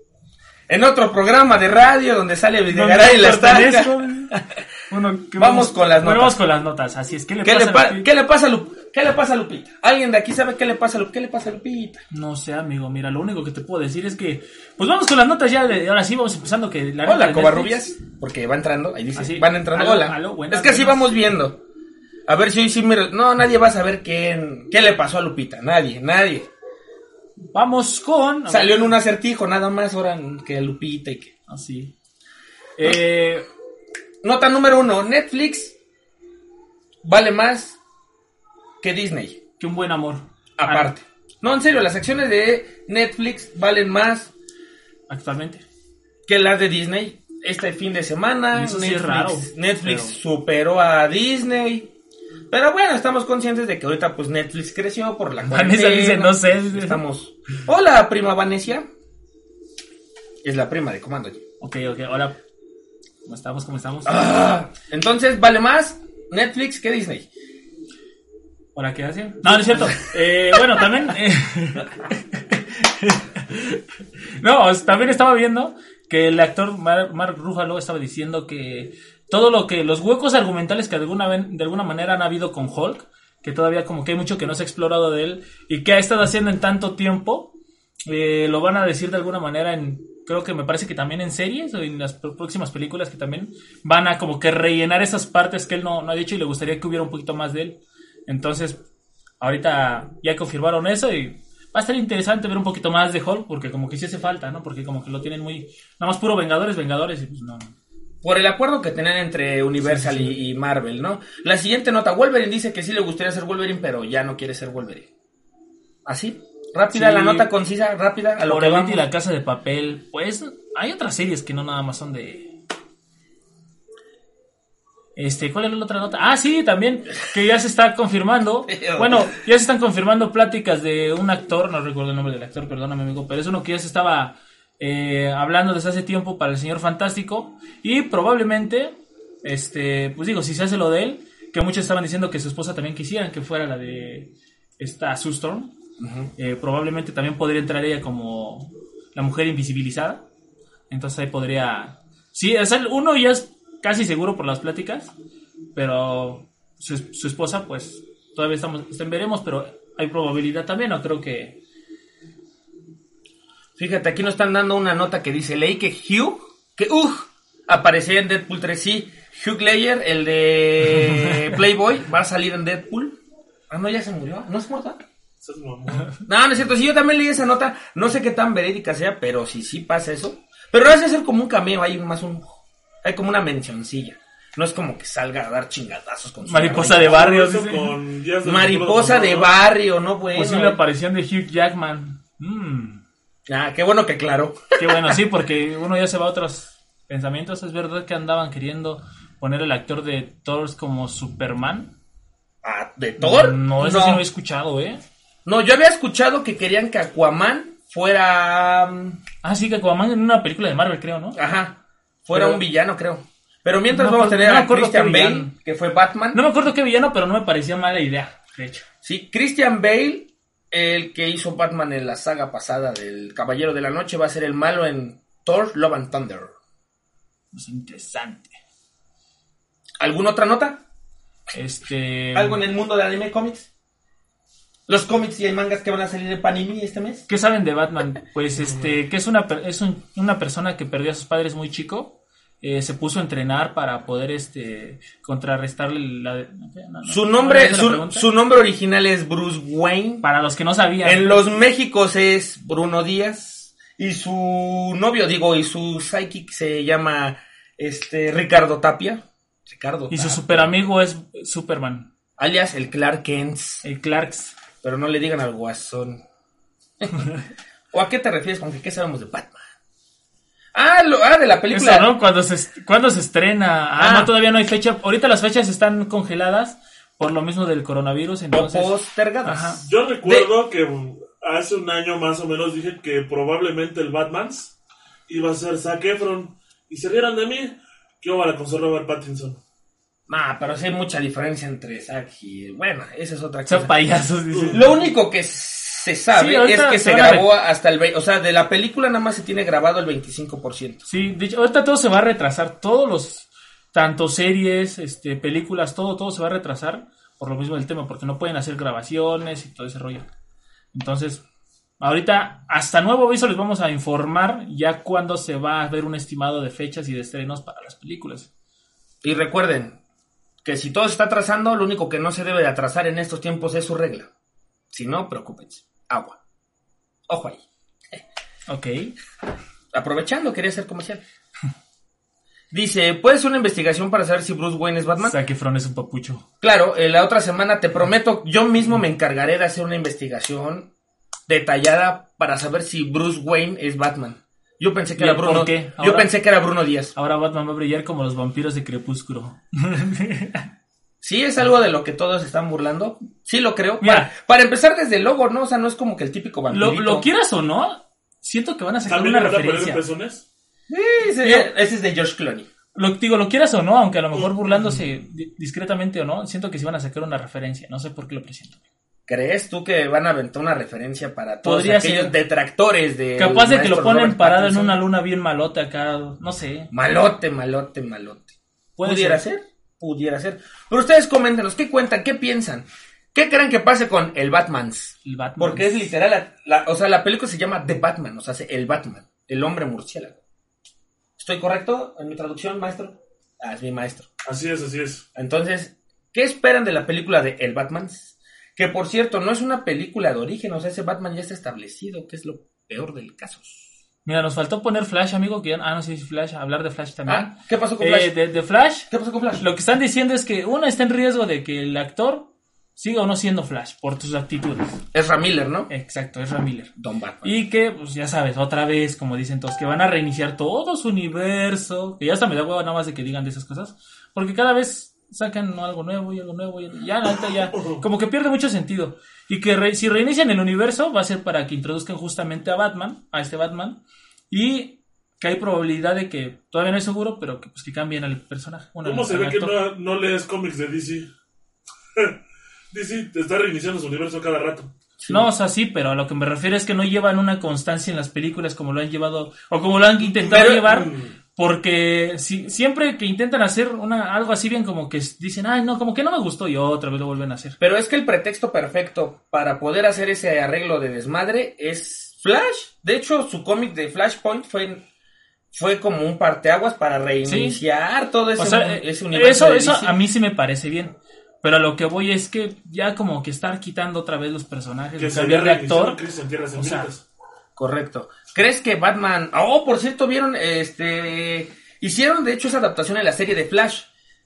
S2: en otro programa de radio donde sale Videgaray y la estaca.
S1: pertenezco. Bueno, ¿qué
S2: Vamos con las
S1: Bueno,
S2: notas.
S1: Vamos con las notas, así es. ¿Qué le
S2: ¿Qué
S1: pasa?
S2: le,
S1: a
S2: pa-
S1: la gente?
S2: ¿Qué le pasa a Lu- ¿Qué le pasa a Lupita? ¿Alguien de aquí sabe qué le pasa a Lupita? ¿Qué le pasa a Lupita?
S1: No sé, amigo, mira, lo único que te puedo decir es que... Pues vamos con las notas ya, de- ahora sí vamos empezando que... La nota
S2: Hola,
S1: de
S2: Covarrubias.
S1: Ah, Netflix-
S2: Porque va entrando, ahí dice.
S1: Así,
S2: Van entrando.
S1: aló,
S2: Hola.
S1: aló, buenas,
S2: es que así
S1: buenas.
S2: vamos viendo. A ver si hoy sí mira. No, nadie va a saber quién, qué le pasó a Lupita. Nadie, nadie.
S1: Vamos con...
S2: Salió en un acertijo, nada más ahora que Lupita y que.
S1: Así. Eh,
S2: Nota número uno: Netflix vale más que Disney.
S1: que un buen amor.
S2: Aparte. No, en serio, las acciones de Netflix valen más
S1: Ah, Actualmente.
S2: que las de Disney. Este fin de semana,
S1: Y eso sí es
S2: Netflix,
S1: raro,
S2: Netflix
S1: pero-
S2: superó a Disney. Pero bueno, estamos conscientes de que ahorita pues Netflix creció por la
S1: Vanessa
S2: cuarentena.
S1: dice, no sé.
S2: Estamos. Hola, prima Vanesia. Es la prima de Comando.
S1: Ok, ok, hola. ¿Cómo estamos? ¿Cómo estamos?
S2: Ah, entonces, vale más Netflix que Disney.
S1: Hola, ¿qué hacen? No, no es cierto. Eh, bueno, también. eh, no, es- también estaba viendo que el actor Mar- Mark Ruffalo estaba diciendo que todo lo que. Los huecos argumentales que alguna vez, de alguna manera han habido con Hulk, que todavía como que hay mucho que no se ha explorado de él y que ha estado haciendo en tanto tiempo, eh, lo van a decir de alguna manera en. Creo que me parece que también en series o en las pr- próximas películas que también van a como que rellenar esas partes que él no, no ha dicho y le gustaría que hubiera un poquito más de él. Entonces, ahorita ya confirmaron eso y va a estar interesante ver un poquito más de Hulk porque como que sí hace falta, ¿no? Porque como que lo tienen muy... Nada más puro Vengadores, Vengadores y pues no.
S2: Por el acuerdo que tenían entre Universal
S1: Sí, sí,
S2: Y, y Marvel, ¿no? La siguiente nota, Wolverine dice que sí le gustaría ser Wolverine, pero ya no quiere ser Wolverine. ¿Así? Rápida,
S1: Sí.
S2: la nota concisa, rápida, a lo que
S1: Coraline
S2: vamos.
S1: y la casa de papel. Pues hay otras series que no nada más son de. Este, ¿cuál era la otra nota? Ah, sí, también, que ya se está confirmando. Bueno, ya se están confirmando pláticas de un actor, no recuerdo el nombre del actor, perdóname, amigo, pero es uno que ya se estaba eh, hablando desde hace tiempo para el señor Fantástico. Y probablemente, este, pues digo, si se hace lo de él, que muchos estaban diciendo que su esposa también quisieran que fuera la de esta Sue Storm, eh, probablemente también podría entrar ella como la mujer invisibilizada. Entonces ahí podría. Sí, o sea, uno ya es casi seguro por las pláticas, pero su, su esposa, pues todavía estamos, está en veremos, pero hay probabilidad también, no creo que.
S2: Fíjate, aquí nos están dando una nota que dice, leí que Hugh, que Hugh, aparecía en Deadpool 3, sí. Hugh Layer, el de Playboy, va a salir en Deadpool. Ah, no, ya se murió. ¿No es muerta?
S3: Estás mamón.
S2: No, no es cierto. Sí, yo también leí esa nota. No sé qué tan verídica sea, pero si sí pasa eso. Pero no hace ser como un cameo, hay más un... Hay como una mencioncilla. No es como que salga a dar chingadazos con su...
S1: Mariposa de barrio.
S3: Eso
S1: dice.
S3: con- ya se me
S2: Mariposa
S3: ocurre,
S2: de
S3: ¿no?
S2: barrio, no bueno.
S1: Posible aparición de Hugh Jackman. Mm,
S2: Ah, qué bueno que claro.
S1: qué bueno, sí, porque uno ya se va a otros pensamientos. Es verdad que andaban queriendo poner el actor de Thor como Superman.
S2: Ah, ¿De Thor?
S1: No, eso sí no he escuchado, ¿eh?
S2: No, yo había escuchado que querían que Aquaman fuera. mm,
S1: Ah, sí, que Aquaman en una película de Marvel, creo, ¿no?
S2: Ajá. Fuera
S1: Pero-
S2: un villano, creo. Pero mientras
S1: No,
S2: vamos a
S1: pues,
S2: tener
S1: no me
S2: a
S1: acuerdo
S2: Christian
S1: qué
S2: Bale,
S1: villano.
S2: que fue Batman.
S1: No me acuerdo qué villano, pero no me parecía mala idea, de hecho.
S2: Sí, Christian Bale, el que hizo Batman en la saga pasada del Caballero de la Noche, va a ser el malo en Thor, Love and Thunder.
S1: Es interesante.
S2: ¿Alguna otra nota?
S1: Este.
S2: ¿Algo en el mundo del anime cómics? ¿Los cómics y hay mangas que van a salir de Panini este mes?
S1: ¿Qué saben de Batman? Pues este, que es una, per- es un- una persona que perdió a sus padres muy chico. eh, se puso a entrenar para poder este contrarrestarle la. no, no.
S2: Su nombre,
S1: ¿Cuál es la
S2: su,
S1: pregunta?
S2: su nombre original es Bruce Wayne.
S1: Para los que no sabían.
S2: En los Méxicos es Bruno Díaz y su novio, digo, y su psychic se llama este Ricardo Tapia. Ricardo.
S1: Y su
S2: Tapia,
S1: super amigo es Superman,
S2: alias el Clark Kent,
S1: el Clarks.
S2: pero no le digan al guasón. ¿O a qué te refieres con que qué sabemos de Batman? Ah, lo- ah, de la película.
S1: Eso, ¿no? Cuando se, est- cuando se estrena. Ah,
S2: Ah.
S1: no, todavía no hay fecha. Ahorita las fechas están congeladas por lo mismo del coronavirus.
S2: O
S1: Entonces,
S2: postergadas.
S1: Ajá.
S3: Yo recuerdo que hace un año más o menos dije que probablemente el Batman iba a ser Zac Efron. Y se rieron de mí. ¿Qué obra con Sir Robert Pattinson?
S2: Nah, Ah, pero sí hay mucha diferencia entre Zack y. Bueno, esa es otra cosa.
S1: son payasos, dice.
S2: Lo único que se sabe
S1: Sí,
S2: es
S1: ahorita
S2: que
S1: se
S2: se
S1: van a
S2: grabó hasta el... ve- O sea, de la película nada más se tiene grabado el 25%.
S1: Sí, de hecho, ahorita todo se va a retrasar, todos los, tanto series, este, películas, todo, todo se va a retrasar por lo mismo del tema, porque no pueden hacer grabaciones y todo ese rollo. Entonces, ahorita, hasta nuevo aviso, les vamos a informar ya cuándo se va a ver un estimado de fechas y de estrenos para las películas.
S2: Y recuerden que si todo se está atrasando, lo único que no se debe de atrasar en estos tiempos es su regla. Si no, preocúpense. Agua. Ojo ahí.
S1: Ok.
S2: Aprovechando, quería ser comercial. Dice, ¿puedes hacer una investigación para saber si Bruce Wayne es Batman?
S1: Zac Efron es un papucho.
S2: Claro, eh, la otra semana te prometo, yo mismo me encargaré de hacer una investigación detallada para saber si Bruce Wayne es Batman. Yo pensé que
S1: ¿Y
S2: era
S1: por
S2: Bruno.
S1: qué?
S2: Yo
S1: Ahora-
S2: pensé que era Bruno Díaz.
S1: Ahora Batman va a brillar como los vampiros de Crepúsculo.
S2: Sí, es algo de lo que todos están burlando. Sí, lo creo.
S1: Mira.
S2: Para, para empezar desde el logo, ¿no? O sea, no es como que el típico
S1: lo,
S2: vampirito.
S1: lo quieras o no, siento que van a sacar
S3: ¿También
S1: una
S3: le van a poner en
S1: referencia.
S3: pezones?
S2: Sí, ese,
S1: Yo-
S2: ese es de George Clooney.
S1: Lo, digo, lo quieras o no, aunque a lo mejor burlándose di- discretamente o no, siento que sí van a sacar una referencia. No sé por qué lo presiento.
S2: ¿Crees tú que van a aventar una referencia para todos
S1: Podría
S2: aquellos
S1: ser.
S2: detractores de...
S1: Capaz de que lo ponen parado en una luna bien malota acá, no sé.
S2: Malote, malote, malote.
S1: Puede
S2: Pudiera ser. pudiera ser. Pero ustedes coméntenos, ¿qué cuentan? ¿Qué piensan? ¿Qué creen que pase con el Batman's?
S1: El Batman.
S2: Porque es literal, la- la- o sea, la película se llama The Batman, o sea, se- el Batman, el hombre murciélago. ¿Estoy correcto en mi traducción, maestro? Ah, es mi maestro.
S3: Así es, así es.
S2: Entonces, ¿qué esperan de la película de El Batman? Que por cierto, no es una película de origen, o sea, ese Batman ya está establecido, que es lo peor del caso.
S1: Mira, nos faltó poner Flash, amigo. Que ya- ah, no sé si Flash, hablar de Flash también.
S2: Ah, ¿qué pasó con
S1: Eh,
S2: Flash?
S1: de, de Flash,
S2: ¿Qué pasó con Flash?
S1: lo que están diciendo es que uno está en riesgo de que el actor siga o no siendo Flash por tus actitudes.
S2: Ezra Miller, ¿no?
S1: Exacto, es Miller.
S2: Don Batman.
S1: Y que, pues ya sabes, otra vez, como dicen todos, que van a reiniciar todo su universo. Que ya hasta me da huevo nada más de que digan de esas cosas. Porque cada vez sacan algo nuevo y algo nuevo y algo- ya, la neta, ya. Como que pierde mucho sentido. Y que re- si reinician el universo va a ser para que introduzcan justamente a Batman, a este Batman. Y que hay probabilidad de que, todavía no es seguro, pero que, pues, que cambien al personaje. Bueno,
S3: ¿Cómo
S1: al
S3: se ve que
S1: actor.
S3: no, no lees cómics de DC? DC te está reiniciando su universo cada rato.
S1: No, o sea, sí, pero a lo que me refiero es que no llevan una constancia en las películas como lo han llevado o como lo han intentado
S2: Pero- mm.
S1: llevar. Porque si- siempre que intentan hacer una, algo así bien como que s- dicen, ay, no, como que no me gustó y otra vez lo vuelven a hacer.
S2: Pero es que el pretexto perfecto para poder hacer ese arreglo de desmadre es Flash. De hecho, su cómic de Flashpoint fue, fue como un parteaguas para reiniciar todo ese,
S1: O sea,
S2: un-
S1: eh,
S2: ese universo.
S1: eso,
S2: de
S1: eso
S2: DC.
S1: a mí sí me parece bien. Pero a lo que voy es que ya como que estar quitando otra vez los personajes,
S3: Que
S1: de
S3: se
S1: cambiar de
S3: había reiniciado
S1: actor.
S3: Crisis en Tierras
S1: O sea,
S3: Infinitas.
S2: Correcto. ¿Crees que Batman... Oh, por cierto, vieron, este... Hicieron, de hecho, esa adaptación en la serie de Flash.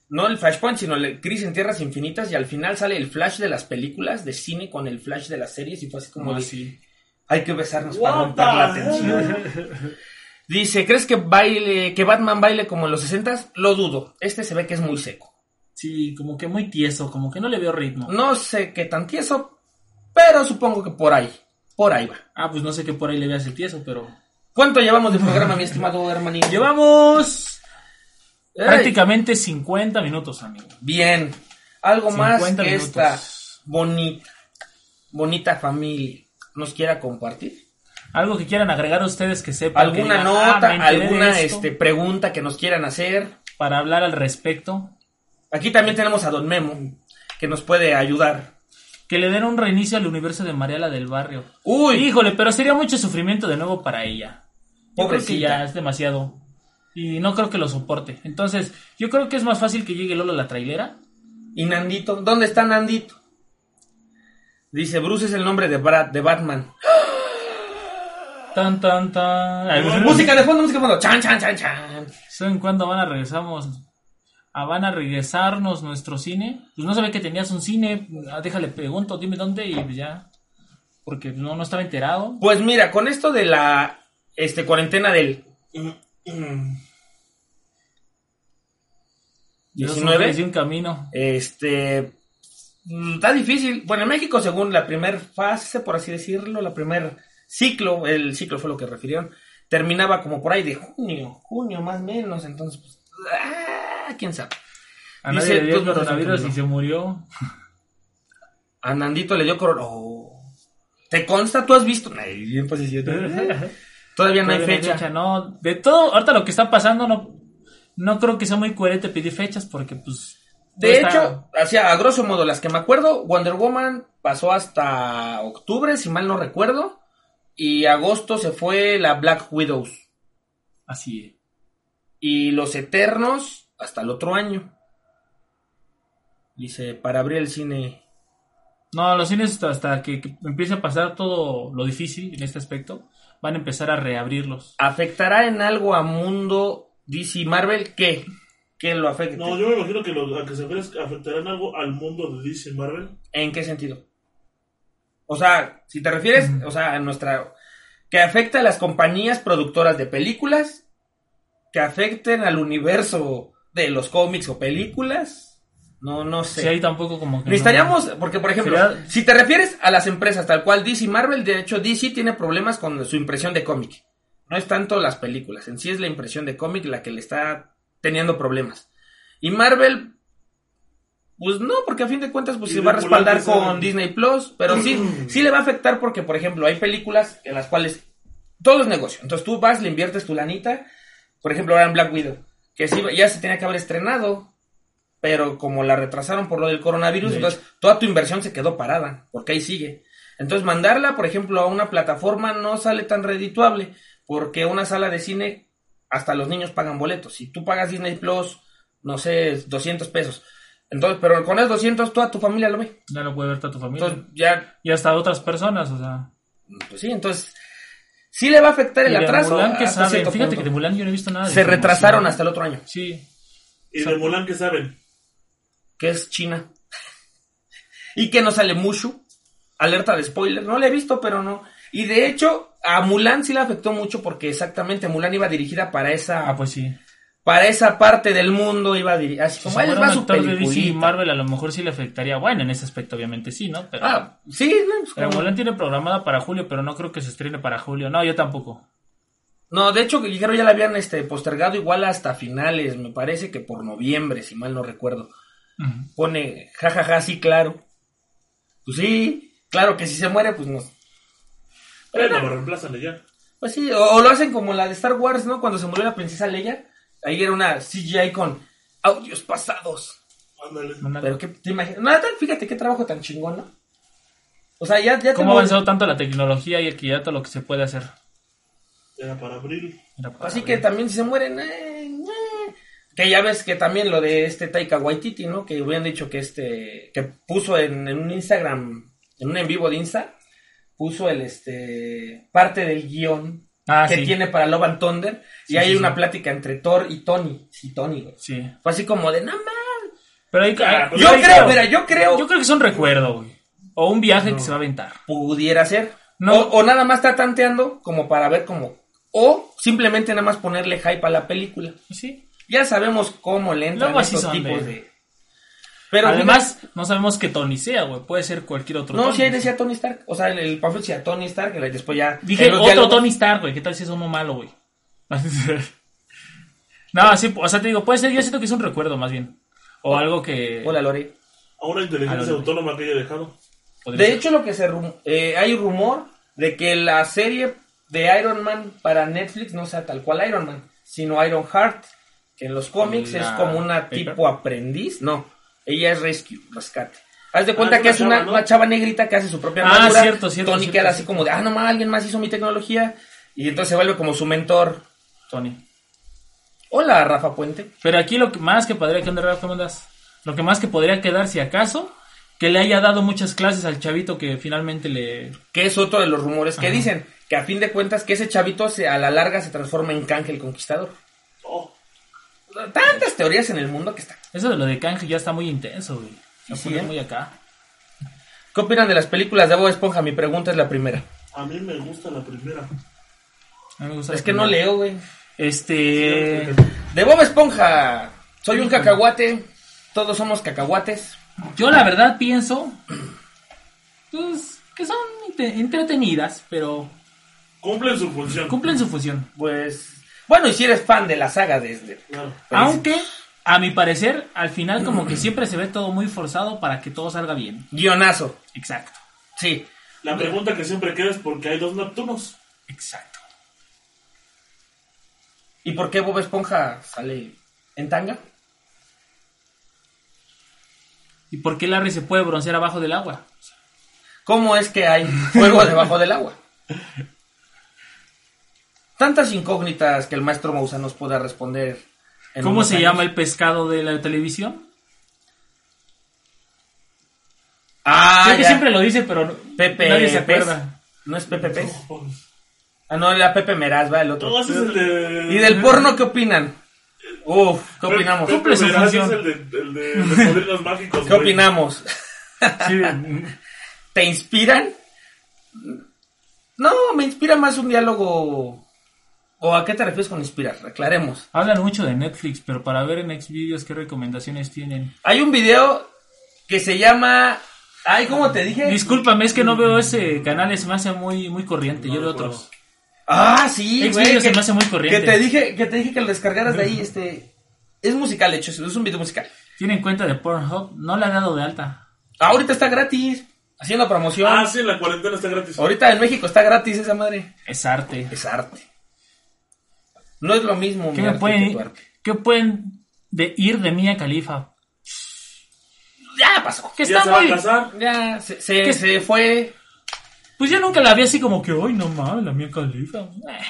S2: No el Flashpoint, sino el Crisis en Tierras Infinitas. Y al final sale el Flash de las películas de cine con el Flash de las series. Y fue así como...
S1: Como
S2: de,
S1: así.
S2: Hay que besarnos para
S3: Ah, What
S2: romper la
S3: the
S2: tensión. Dice, ¿crees que baile, que Batman baile como en los 60 Lo dudo. Este se ve que es muy seco.
S1: Sí, como que muy tieso, como que no le veo ritmo.
S2: No sé qué tan tieso, pero supongo que por ahí. Por ahí va.
S1: Ah, pues no sé qué por ahí le veas el tieso, pero...
S2: ¿Cuánto llevamos de programa, mi estimado hermanito?
S1: Llevamos...
S2: Ey,
S1: Prácticamente 50 minutos, amigo.
S2: Bien. Algo más
S1: 50
S2: que
S1: minutos.
S2: esta bonita, bonita familia nos quiera compartir.
S1: Algo que quieran agregar ustedes que sepan. que
S2: ¿Alguna
S1: digan, "Ah,
S2: nota,
S1: me enteré de
S2: alguna
S1: esto",
S2: este, pregunta que nos quieran hacer?
S1: Para hablar al respecto.
S2: Aquí también tenemos a Don Memo, que nos puede ayudar.
S1: Que le den un reinicio al universo de Mariala del Barrio.
S2: Uy,
S1: Híjole, pero sería mucho sufrimiento de nuevo para ella. Yo creo que
S2: Pobrecita.
S1: ya es demasiado. Y no creo que lo soporte. Entonces, yo creo que es más fácil que llegue Lola la trailera.
S2: ¿Y Nandito? ¿Dónde está Nandito? Dice, Bruce es el nombre de, Brad, de Batman.
S1: Tan, tan, tan. Ay,
S2: música de fondo, música de fondo. Chan, chan, chan, chan.
S1: ¿Saben cuándo van a regresamos? ¿A van a regresarnos nuestro cine? Pues no sabía que tenías un cine. Ah, Déjale pregunto, dime dónde y pues ya. Porque no, no estaba enterado.
S2: Pues mira, con esto de la este, cuarentena del
S1: Yo soy
S2: 19.
S1: Mujeres de un camino.
S2: Este. mm, Está difícil. Bueno, en México, según la primera fase, por así decirlo, la primer ciclo, el ciclo fue lo que refirieron, terminaba como por ahí de junio, junio más o menos. Entonces, pues, ah, quién sabe.
S1: A
S2: Dice,
S1: nadie
S2: pues,
S1: le dio
S2: dos mujeres de un
S1: coronavirus y
S2: camino.
S1: se murió.
S2: ¿Eh? A Nandito le dio corona. Oh. ¿Te consta? ¿Tú has visto? Ay, bien posesivo. Todavía no hay
S1: Todavía
S2: fecha.
S1: No, de todo, ahorita lo que está pasando, no, no creo que sea muy coherente pedir fechas porque, pues.
S2: De
S1: no está-
S2: hecho, hacia ah, a grosso modo, las que me acuerdo, Wonder Woman pasó hasta octubre, si mal no recuerdo, y agosto se fue la Black Widows.
S1: Así es.
S2: y los Eternos hasta el otro año. Dice, para abrir el cine.
S1: No, los cines hasta- hasta que, que empiece a pasar todo lo difícil en este aspecto, van a empezar a reabrirlos.
S2: Ah, ¿Afectará en algo a mundo DC y Marvel? ¿Qué? ¿Qué lo afecte?
S3: No, yo me imagino que lo a que se ofrezca afectarán algo al mundo de DC y Marvel.
S2: ¿En qué sentido? O sea, si te refieres, o sea, a nuestra... Que afecta a las compañías productoras de películas, que afecten al universo de los cómics o películas. No, no sé.
S1: Sí, ahí tampoco como que.
S2: Necesitaríamos, porque por ejemplo,
S1: Sería-
S2: si te refieres a las empresas tal cual DC y Marvel, de hecho DC tiene problemas con su impresión de cómic. No es tanto las películas, en sí es la impresión de cómic la que le está teniendo problemas. Y Marvel, pues no, porque a fin de cuentas pues
S3: Y
S2: se
S3: de
S2: va a respaldar
S3: volante
S2: con
S3: sale.
S2: Disney Plus, pero sí, sí le va a afectar porque por ejemplo hay películas en las cuales todo es negocio. Entonces tú vas, le inviertes tu lanita, por ejemplo ahora en Black Widow, que sí, ya se tenía que haber estrenado, pero como la retrasaron por lo del coronavirus,
S1: De
S2: entonces toda tu inversión se quedó parada, porque ahí sigue. Entonces mandarla, por ejemplo, a una plataforma no sale tan redituable, porque una sala de cine, hasta los niños pagan boletos. Si tú pagas Disney Plus, no sé, 200 pesos. Entonces, pero con esos 200 toda tu familia lo ve.
S1: Ya lo puede ver toda tu familia.
S2: Entonces ya,
S1: y hasta otras personas, o sea.
S2: pues sí, entonces sí le va a afectar el
S1: Y de
S2: atraso.
S1: Mulan, ¿qué
S2: hasta
S1: saben?
S2: cierto
S1: Fíjate
S2: punto.
S1: que de Mulan yo no he visto nada. de
S2: Se
S1: información.
S2: retrasaron hasta el otro año,
S1: Sí.
S3: Y de Mulan, ¿qué saben?
S2: que es China. Y que no sale Mushu. Alerta de spoiler. No la he visto, pero no. Y de hecho, a Mulan sí la afectó mucho porque exactamente Mulan iba dirigida para esa,
S1: Ah, pues sí.
S2: para esa parte del mundo. Iba diri- así
S1: Si
S2: como él
S1: fuera
S2: va
S1: Pues un
S2: a su
S1: actor de DC y
S2: peliculita.
S1: Marvel, a lo mejor sí le afectaría. Bueno, en ese aspecto, obviamente sí, ¿no? Pero,
S2: Ah, sí, no, pues,
S1: pero
S2: como-
S1: Mulan tiene programada para julio, pero no creo que se estrene para julio. No, yo tampoco.
S2: No, de hecho, que dijeron ya la habían este, postergado igual hasta finales, me parece que por noviembre, si mal no recuerdo.
S1: Ujú.
S2: Pone, jajaja, sí, claro. Pues sí, claro que si se muere, pues no.
S3: Bueno, lo reemplazan y ya.
S2: Pues sí, o, o lo hacen como la de Star Wars, ¿no? Cuando se murió la princesa Leia, ahí era una CGI con audios pasados.
S3: Ándale.
S1: Ándale.
S2: Pero que te imaginas, nada, fíjate qué trabajo tan chingón, ¿no? O sea, ya,
S1: ¿Cómo
S2: ya
S1: ha
S2: tengo-
S1: avanzado tanto la tecnología y aquí ya todo lo que se puede hacer?
S3: Era para abril.
S1: Era para
S2: Así
S1: ver.
S2: que también si se mueren, eh, eh. que ya ves que también lo de este Taika Waititi, ¿no? Que habían dicho que este, que puso en, en un Instagram, en un en vivo de Insta, puso el este parte del guión
S1: Ah,
S2: que
S1: sí.
S2: tiene para Love and Thunder y
S1: Sí,
S2: hay
S1: sí,
S2: una
S1: sí.
S2: plática entre Thor y Tony, sí Tony, güey.
S1: Sí.
S2: Fue así como de no mames".
S1: Pero ahí,
S3: Ah,
S1: ahí-
S2: pues Yo
S1: ahí
S2: creo, mira, yo creo
S1: Yo creo que es un recuerdo, güey. O un viaje que se va a aventar.
S2: pudiera ser.
S1: No.
S2: O, o nada más está tanteando como para ver como o simplemente nada más ponerle hype a la película.
S1: Sí.
S2: Ya sabemos cómo le entran
S1: Luego así
S2: estos
S1: son
S2: tipos
S1: de-
S2: de... Pero
S1: Además, no sabemos qué Tony sea, güey. Puede ser cualquier otro
S2: mira, no,
S1: Tony.
S2: si ahí decía Tony Stark. O sea, el, el panfleto decía Tony Stark y después ya...
S1: Dije
S2: en los
S1: otro
S2: diálogos-
S1: Tony Stark, güey. ¿Qué tal si es uno malo, güey? no, sí, o sea, te digo, puede ser. Yo siento que es un recuerdo, más bien. O algo que.
S2: Hola, Lore.
S3: A una inteligencia
S1: Ándale.
S3: autónoma que haya dejado.
S1: podría
S2: De
S1: ser.
S2: hecho, lo que se rum- eh, hay rumor de que la serie de Iron Man para Netflix no sea tal cual Iron Man, sino Iron Heart, que en los cómics
S1: La
S2: es como una
S1: Paper.
S2: tipo aprendiz. No, ella es Rescue, rescate. Haz de cuenta
S3: es
S2: que
S3: una
S2: es una,
S3: chava, ¿no?
S2: una chava negrita que hace su propia
S1: Ah,
S2: armadura.
S1: cierto, cierto,
S2: Tony
S1: cierto,
S2: queda así
S1: cierto.
S2: como de, ah, no mames, alguien más hizo mi tecnología. Y entonces se vuelve como su mentor.
S1: Tony.
S2: Hola, Rafa Puente.
S1: Pero aquí lo que más que podría quedar, Rafa, ¿cómo andas? Lo que más que podría quedar, si acaso, que le haya dado muchas clases al chavito que finalmente le.
S2: Que es otro de los rumores que dicen. Que a fin de cuentas, que ese chavito se- a la larga se transforma en Kang el Conquistador.
S3: Oh,
S2: Tantas teorías en el mundo que está
S1: Eso de lo de canje ya está muy intenso, güey. Ya
S2: Sí,
S1: pone
S2: ¿eh?
S1: muy acá.
S2: ¿Qué opinan de las películas de Bob Esponja? Mi pregunta es la primera.
S3: a mí me gusta la primera.
S1: A mí me gusta
S2: Es
S1: la
S2: que no
S1: primera.
S2: leo, güey.
S1: Este.
S2: De Bob Esponja, soy un cacahuate, todos somos cacahuates.
S1: Yo la verdad pienso pues, que son inte- entretenidas, pero
S3: Cumplen su función.
S1: cumplen su función.
S2: Pues, bueno, y si eres fan de la saga desde...
S3: Claro.
S1: Aunque, a mi parecer, al final como que siempre se ve todo muy forzado para que todo salga bien.
S2: Guionazo,
S1: Exacto,
S2: sí.
S3: La pregunta que siempre queda es por qué hay dos Neptunos.
S1: exacto.
S2: ¿Y por qué Bob Esponja sale en tanga?
S1: ¿Y por qué Larry se puede broncear abajo del agua?
S2: ¿Cómo es que hay fuego debajo del agua? Tantas incógnitas que el maestro Mousa nos pueda responder. en
S1: ¿Cómo
S2: unos
S1: se
S2: años.
S1: llama el pescado de la televisión?
S2: Ah,
S1: Creo que
S2: ya.
S1: siempre lo dice, pero no-
S2: Pepe
S1: nadie se
S2: Pez.
S1: acuerda.
S2: ¿No es Pepe Pez?
S3: No,
S2: Ah, no, era Pepe Meraz, va el otro.
S1: Oh,
S3: ese es el de.
S2: ¿Y del porno qué opinan? Uf, ¿qué opinamos?
S1: Cumple su
S3: Verás,
S1: función.
S3: Es el de, el de los padrinos mágicos.
S2: ¿Qué
S3: güey.
S2: opinamos?
S1: Sí, de-
S2: ¿Te inspiran? No, me inspira más un diálogo. ¿O a qué te refieres con inspirar? Aclaremos.
S1: hablan mucho de Netflix, pero para ver en Xvideos qué recomendaciones tienen.
S2: Hay un video que se llama. Ay, ¿cómo te dije?
S1: Discúlpame, es que no veo ese canal, se me hace muy, muy corriente.
S3: No
S1: yo veo
S3: recuerdo.
S1: otros.
S2: Ah, sí, güey.
S1: Xvideos se
S2: que-
S1: me hace muy corriente.
S2: Que te dije que te dije que lo descargaras de ahí, este. Es musical, de hecho, es un video musical.
S1: Tienen cuenta de Pornhub, no la han dado de alta.
S2: Ahorita está gratis, haciendo promoción.
S3: Ah, sí, en la cuarentena está gratis.
S2: Ahorita en México está gratis esa madre.
S1: Es arte.
S2: Es arte. No es lo mismo
S1: ¿Qué
S2: mi
S1: me
S2: arte que
S1: pueden,
S2: tu arte.
S1: qué pueden de ir de Mía Califa?
S2: Ya pasó.
S1: Que
S3: ya
S1: está
S3: se va a
S1: muy.
S3: casar.
S2: Ya se, se-
S1: ¿Qué?
S2: se fue.
S1: Pues yo nunca la vi así como que, hoy no mames, la Mía Califa. Eh,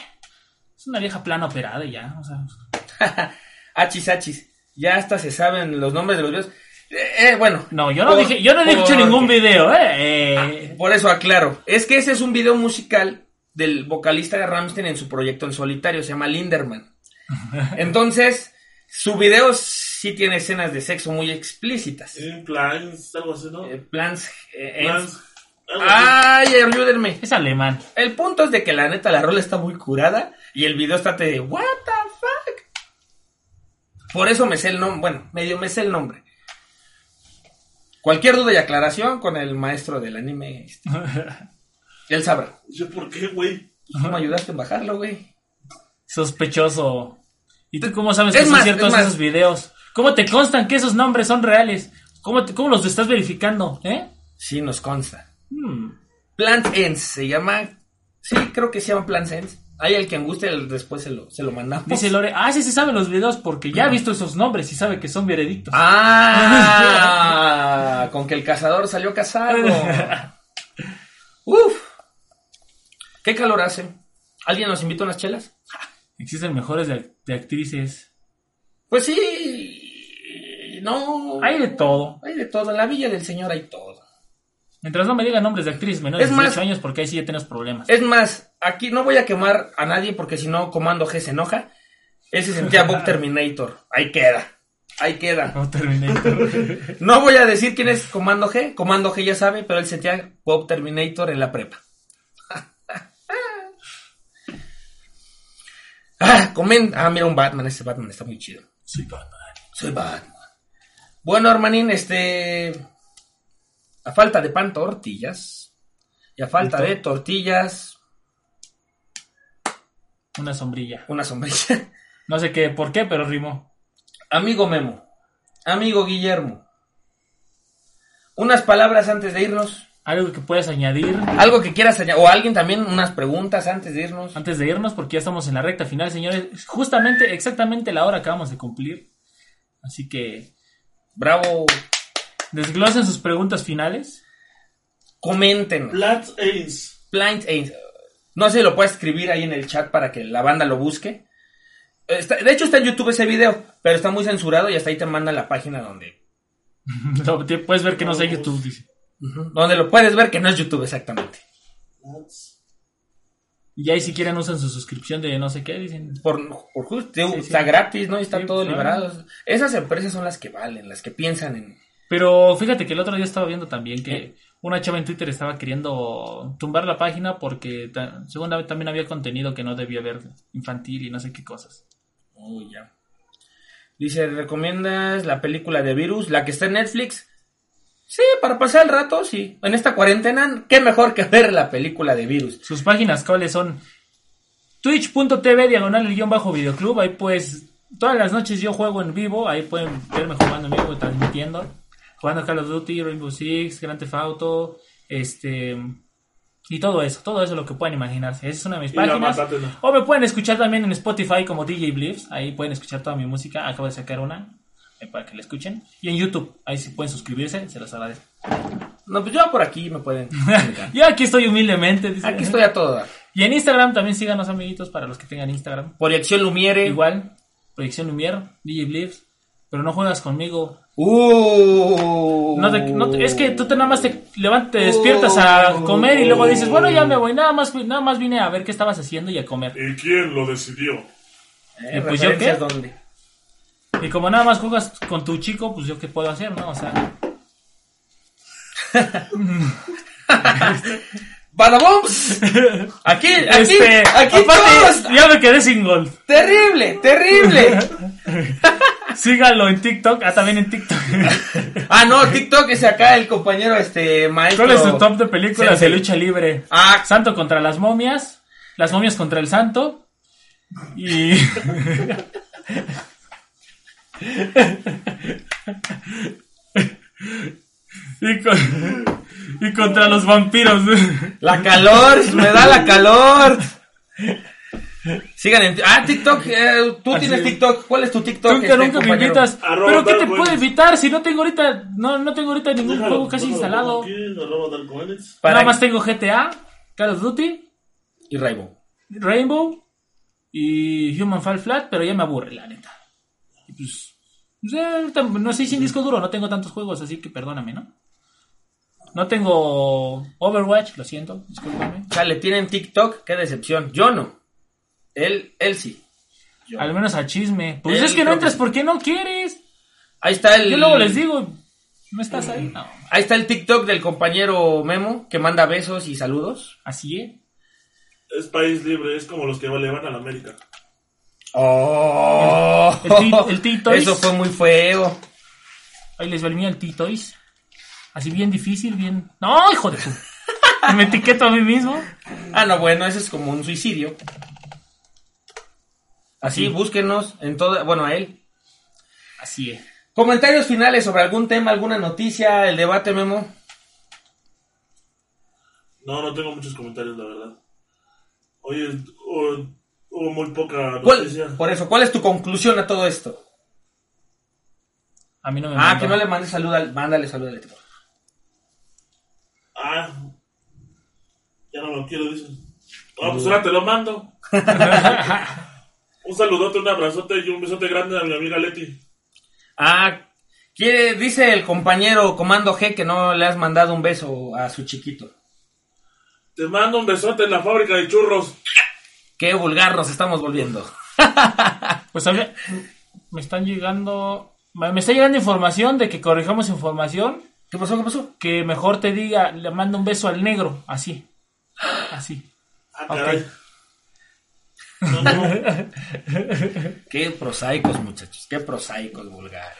S1: es una vieja plana operada y ya. O sea,
S2: Achis, achis. Ya hasta se saben los nombres de los videos. Eh, eh, bueno.
S1: no, yo no
S2: Por-
S1: dije, yo no he dicho
S2: porque-
S1: ningún video, eh.
S2: Por eso aclaro. Es que ese es un video musical del vocalista de Ramstein en su proyecto en solitario. Se llama Linderman. Entonces, su video sí tiene escenas de sexo muy explícitas.
S3: En plans, algo así, ¿no?
S2: Eh, plans. eh, eh,
S3: Eh,
S2: ah.
S3: Plans, algo así.
S2: Ay, ayúdenme.
S1: Es alemán.
S2: El punto es de que la neta la rola está muy curada y el video está te de what the fuck. Por eso me sé el nombre, bueno, medio me sé el nombre. Cualquier duda y aclaración con el maestro del anime, este, él sabrá.
S3: Yo, ¿por qué, güey?
S2: ¿Cómo ayudaste en bajarlo, güey?
S1: Sospechoso. ¿Y tú cómo sabes
S2: Es
S1: que son
S2: más,
S1: ciertos
S2: es más.
S1: esos videos? ¿Cómo te constan que esos nombres son reales? ¿Cómo, te- cómo los estás verificando? ¿Eh?
S2: Sí, nos consta.
S1: Hmm.
S2: Plant Ends se llama, sí, creo que se llama Plant Ends. Ahí el que guste, el- después se lo, se lo mandamos.
S1: Dice Lore, ah, sí, sí sabe los videos porque ya ha visto esos nombres y sabe que son veredictos.
S2: Ah, con que el cazador salió cazado. Uf. ¿Qué calor hace? ¿Alguien nos invita unas chelas?
S1: Existen mejores de, act- de actrices.
S2: Pues sí. No.
S1: Hay de todo.
S2: Hay de todo. En la villa del señor hay todo.
S1: Mientras no me digan nombres de actrices menores
S2: Es
S1: de
S2: más-
S1: 18 años porque ahí sí ya tenemos problemas.
S2: Es más, aquí no voy a quemar a nadie porque si no, Comando G se enoja. Él se sentía Bob Terminator. Ahí queda. Ahí queda.
S1: No terminé.
S2: No voy a decir quién es Comando G. Comando G ya sabe, pero él sentía Bob Terminator en la prepa. Ah, comen. Ah, mira un Batman. Ese Batman está muy chido.
S1: Soy Batman.
S2: Soy Batman. Bueno, hermanín, este. A falta de pan, tortillas. Y a falta de tortillas,
S1: Una sombrilla.
S2: una sombrilla.
S1: No sé qué, por qué, pero rimó.
S2: Amigo Memo. Amigo Guillermo. Unas palabras antes de irnos.
S1: Algo que puedes añadir
S2: Algo que quieras añadir. O alguien también, unas preguntas antes de irnos.
S1: antes de irnos porque ya estamos en la recta final, señores. Justamente, exactamente la hora que acabamos de cumplir. Así que
S2: Bravo.
S1: desglosen sus preguntas finales.
S2: Comenten.
S3: Plans Ains.
S2: Blind Ace. No sé si lo puedes escribir ahí en el chat para que la banda lo busque. Está- de hecho, está en YouTube ese video, pero está muy censurado y hasta ahí te manda la página donde,
S1: Lo- te- puedes ver que no sé YouTube, dice.
S2: donde lo puedes ver, que no es YouTube exactamente.
S3: Plants.
S1: Y ahí si quieren usan su suscripción de no sé qué, dicen.
S2: Por, por justo, te digo,
S1: Sí, sí.
S2: está gratis, ¿no? Y está
S1: Sí, pues,
S2: todo
S1: claro.
S2: liberado. Esas empresas son las que valen, las que piensan en,
S1: Pero fíjate que el otro día estaba viendo también que una chava en Twitter estaba queriendo tumbar la página porque ta- según la- también había contenido que no debía haber infantil y no sé qué cosas.
S2: Uy, ya. Dice, ¿recomiendas la película de Virus? ¿La que está en Netflix? Sí, para pasar el rato, sí. En esta cuarentena, qué mejor que ver la película de Virus.
S1: Sus páginas cuáles son twitch.tv diagonal el guión bajo videoclub. Ahí pues todas las noches yo juego en vivo. Ahí pueden verme jugando en vivo, transmitiendo. Jugando Call of Duty, Rainbow Six, Grand Theft Auto, este... Y todo eso, todo eso lo que pueden imaginarse. Esa es una de mis
S3: Y la
S1: páginas.
S3: matatena.
S1: O me pueden escuchar también en Spotify como DJ Blips. Ahí pueden escuchar toda mi música. Acabo de sacar una eh, para que la escuchen. Y en YouTube, ahí sí pueden suscribirse, se los agradezco.
S2: No, pues yo por aquí me pueden. comunicar.
S1: Yo aquí estoy humildemente. dice.
S2: aquí estoy a todo dar.
S1: Y en Instagram también síganos, amiguitos, para los que tengan Instagram.
S2: Proyección Lumiere.
S1: Igual, Proyección Lumière, DJ Blips. Pero no juegas conmigo.
S2: Uh.
S1: No te- no te- es que tú te nada más te levantas, te despiertas a comer y luego dices, bueno, ya me voy. Nada más, fui- nada más vine a ver qué estabas haciendo y a comer.
S3: ¿Y quién lo decidió?
S2: Eh,
S1: Eh, pues, ¿yo
S2: ¿referencias
S1: qué?
S2: dónde?
S1: Y como nada más juegas con tu chico, pues yo qué puedo hacer, ¿no? O sea,
S2: ¡Badaboms! Aquí, aquí,
S1: este,
S2: aquí
S1: aparte,
S2: todos.
S1: ya me quedé sin gol.
S2: Terrible, terrible.
S1: Síganlo en TikTok, ah, también en TikTok.
S2: Ah, no, TikTok es acá el compañero este maestro.
S1: ¿Cuál es tu top de películas de
S2: Sensei.
S1: lucha libre?
S2: Ah,
S1: Santo contra las momias, las momias contra el santo y y, con- y contra los vampiros.
S2: La calor, me da la calor. Sigan en. Ah, TikTok. eh, tú
S1: Así
S2: tienes
S1: es.
S2: TikTok. ¿Cuál es tu TikTok?
S1: Nunca,
S2: este,
S1: nunca me
S2: compañero?
S1: invitas.
S3: Arroba
S1: Pero ¿qué
S3: tal
S1: te
S3: cual.
S1: puedo invitar si no tengo ahorita no no tengo ahorita ningún juego casi instalado?
S2: Para-
S1: Nada más tengo GTA, Call of Duty,
S2: Y Rainbow.
S1: Rainbow y Human Fall Flat, pero ya me aburre la neta. Y pues, pues, eh, ahorita no sé sin disco duro, no tengo tantos juegos, así que perdóname, ¿no? No tengo Overwatch, lo siento, discúlpame.
S2: Chale, tienen TikTok. Qué decepción. Yo no. Él, él sí.
S1: Al menos a chisme. Pues
S2: Eh,
S1: es que no
S2: creo
S1: entras
S2: que-
S1: porque no quieres.
S2: Ahí está el.
S1: Yo luego les digo, ¿no estás ahí? No.
S2: Ahí está el TikTok del compañero Memo que manda besos y saludos.
S1: Así ¿eh? es.
S3: Es país libre, es como los que le van a la América.
S2: Oh,
S1: El ti- el Titois.
S2: eso fue muy feo.
S1: Ahí les va el mío, el T-Toys. Así bien difícil, bien... No, hijo de su... Me etiqueto a mí mismo.
S2: Ah, no, bueno, eso es como un suicidio. Así,
S1: Sí.
S2: búsquenos en toda, bueno, a él.
S1: Así ¿eh? es.
S2: Comentarios finales sobre algún tema, alguna noticia, el debate, Memo.
S3: No, no tengo muchos comentarios, la verdad. Oye, o, o muy poca
S2: ¿Cuál-
S3: noticia.
S2: por eso, ¿cuál es tu conclusión a todo esto?
S1: A mí no me
S2: Ah,
S1: manda.
S2: que no le mandes salud al, mándale salud al equipo.
S3: Ah, ya no lo quiero, dices. Ah, pues ahora te lo mando. un saludote, un abrazote y un besote grande a mi amiga Leti.
S2: Ah, quiere, dice el compañero Comando G que no le has mandado un beso a su chiquito.
S3: Te mando un besote en la fábrica de churros.
S2: Qué vulgar nos estamos volviendo.
S1: Pues a mí me están llegando... Me me está llegando información de que corrijamos información.
S2: ¿Qué pasó? ¿Qué pasó?
S1: Que mejor te diga, le mando un beso al negro. Así. Así.
S3: Ah,
S1: Ok.
S3: caray. No, no.
S2: Qué prosaicos, muchachos. Qué prosaicos vulgares.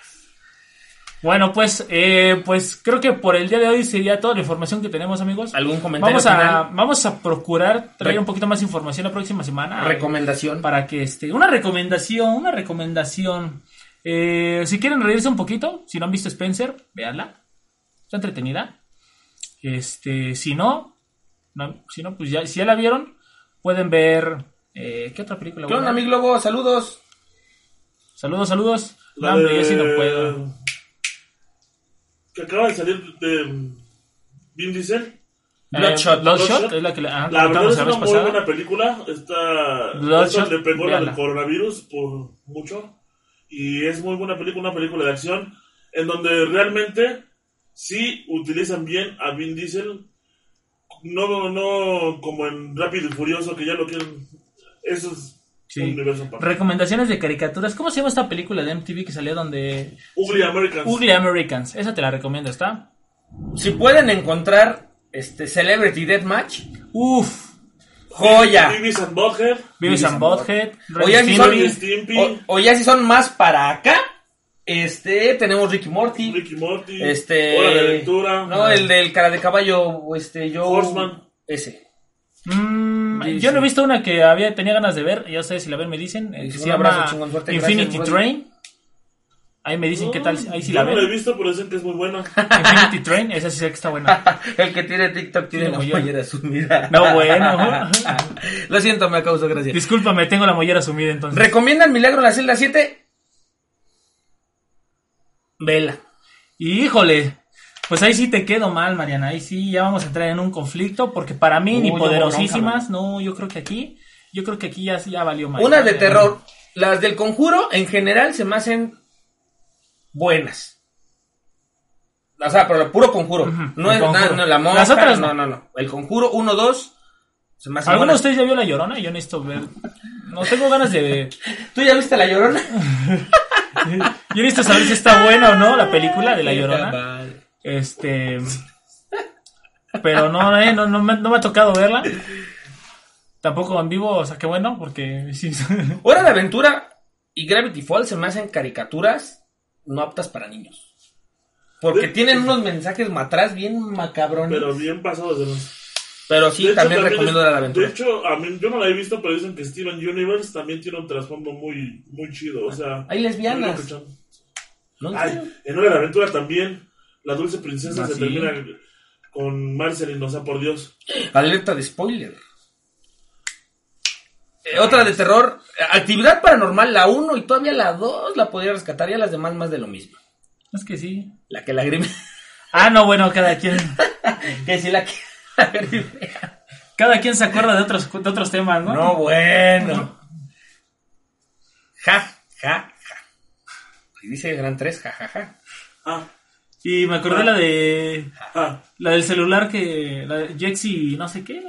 S1: Bueno, pues, eh, pues creo que por el día de hoy sería toda la información que tenemos, amigos.
S2: ¿Algún comentario
S1: Vamos a,
S2: final?
S1: vamos a procurar traer
S2: Re-
S1: un poquito más información la próxima semana.
S2: Recomendación.
S1: Para que este. Una recomendación, una recomendación. Eh, si quieren reírse un poquito, si no han visto Spencer, véanla. Está entretenida. Este, si no, no- si no, pues ya, si ya la vieron, pueden ver. eh, ¿Qué otra película?
S2: ¿Qué onda,
S1: buena?
S2: mi globo? Saludos.
S1: Saludos, saludos.
S3: La
S1: No, hombre,
S3: de-
S1: yo sí no puedo.
S3: Que acaba de salir de mm, Vin Diesel.
S2: Bloodshot.
S1: Eh, Bloodshot
S3: Bloodshot.
S1: es la que le- ah,
S3: La verdad
S1: comentamos
S3: es
S1: la
S3: una
S1: vez
S3: muy
S1: pasada.
S3: buena película. Esta,
S1: Bloodshot,
S3: esta le pegó
S1: véanla.
S3: el coronavirus por mucho. Y es muy buena película, una película de acción en donde realmente sí utilizan bien a Vin Diesel. No, no como en Rápido y Furioso, que ya lo quieren. Eso es
S1: Sí.
S3: un universo aparte.
S1: Recomendaciones de caricaturas. ¿Cómo se llama esta película de MTV que salía donde
S3: Ugly Americans.
S1: Ugly Americans? Esa te la recomiendo, ¿está?
S2: Si pueden encontrar este Celebrity Deathmatch,
S1: Uf.
S2: joya.
S3: Beavis and Butthead.
S1: Beavis and Butthead.
S2: O ya, si
S1: Ren
S2: son,
S1: Stimpy,
S3: Ren Stimpy.
S2: o- o ya si son más para acá, este tenemos Ricky Morty.
S3: Ricky Morty.
S2: Este.
S3: Hora de Aventura.
S2: No, el del cara de caballo, este, yo.
S3: Horseman.
S2: Ese.
S1: Mm,
S2: Sí,
S1: yo no he
S2: sí.
S1: visto una que había, tenía ganas de ver. Ya ustedes si la ven me dicen. eh,
S2: Sí,
S1: que
S2: un
S1: se llama
S2: abrazo, chingón, suerte,
S1: Infinity
S2: gracias,
S1: Train. Ahí me dicen qué tal. Ahí sí la
S3: Yo no la he
S1: ven.
S3: visto, pero dicen que es muy buena.
S1: Infinity Train, esa sí sé que está buena.
S2: el que tiene TikTok tiene
S1: Sí,
S2: la
S1: como yo.
S2: pollera sumida.
S1: No, bueno.
S2: Lo siento, me causa gracia.
S1: Discúlpame, tengo la mollera sumida entonces.
S2: ¿Recomiendan Milagro en la celda 7?
S1: Vela. Híjole. Pues ahí sí te quedo mal, Mariana. Ahí sí ya vamos a entrar en un conflicto porque para mí ni
S2: Uy, no,
S1: poderosísimas, no, yo creo que aquí, yo creo que aquí ya, ya valió mal.
S2: Unas de terror. Las del conjuro en general se me hacen buenas. O sea, pero puro conjuro.
S1: Ujú,
S2: No
S1: el
S2: es
S1: conjuro.
S2: na- no, la mosca,
S1: Las otras
S2: no,
S1: no.
S2: no, no. El conjuro 1, 2 se me hacen
S1: ¿Alguno de
S2: buenas.
S1: ustedes ya vio La Llorona? Yo necesito ver. No tengo ganas de.
S2: ¿Tú ya viste la llorona?
S1: Yo necesito saber si está buena o no la película de La Llorona.
S2: Cabal.
S1: Este. Pero no, eh, no, no, me, no me ha tocado verla. Tampoco en vivo, o sea, qué bueno, porque sí.
S2: Hora de aventura y Gravity Falls se me hacen caricaturas no aptas para niños. Porque
S3: De-
S2: tienen unos mensajes atrás bien macabrones.
S3: Pero
S2: Pero,
S3: bien pasados de los.
S2: sí, también recomiendo la de aventura.
S3: De hecho, a mí, yo no la he visto, pero dicen que Steven Universe también tiene un trasfondo muy, muy chido. O sea,
S2: Hay lesbianas.
S3: muy locochón.
S2: ¿No?
S3: Ay, en Hora de la Aventura también, la dulce princesa
S2: Ah,
S3: se
S2: sí.
S3: termina con Marceline, o sea, por Dios.
S2: Alerta de spoiler. Eh, otra de terror. eh, Actividad paranormal, la 1 y todavía la 2 la podría rescatar y a las demás más de lo mismo.
S1: Es que sí.
S2: La que la grime.
S1: Ah, no, bueno, cada quien.
S2: que sí la que la agrimea.
S1: Cada quien se acuerda de otros, de otros temas, ¿no?
S2: No, bueno. Ja, ja, ja. Y dice el gran 3, ja, ja, ja.
S3: Ah,
S1: Y me acordé la de.
S3: ah,
S1: La del celular que. La de Jexy, no sé qué.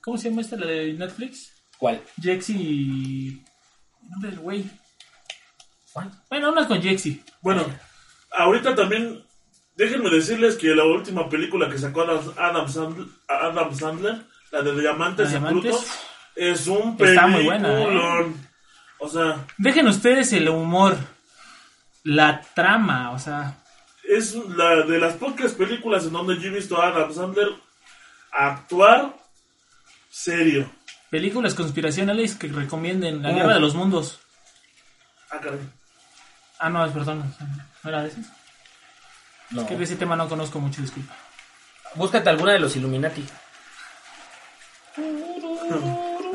S1: ¿Cómo se llama esta? La de Netflix.
S2: ¿Cuál?
S1: Jexy. Nombre del güey.
S2: ¿Cuál?
S1: Bueno, una con Jexy.
S3: bueno, Ahorita también, déjenme decirles que la última película que sacó Adam, Adam Sandler, Adam Sandler, la de Diamantes
S1: ¿La
S3: y
S1: Diamantes?
S3: Pluto, es un peliculón.
S1: Está muy buena, ¿eh?
S3: O sea,
S1: Dejen ustedes el humor, la trama, o sea,
S3: es la de las pocas películas en donde yo he visto a Adam Sandler actuar serio.
S1: películas conspiracionales que recomienden La
S2: Ah.
S1: Guerra de los Mundos.
S3: Ah, caray.
S1: Ah, no, es perdón, no era de esas.
S2: No.
S1: Es que de ese tema no conozco mucho, disculpa.
S2: Búscate alguna de los Illuminati.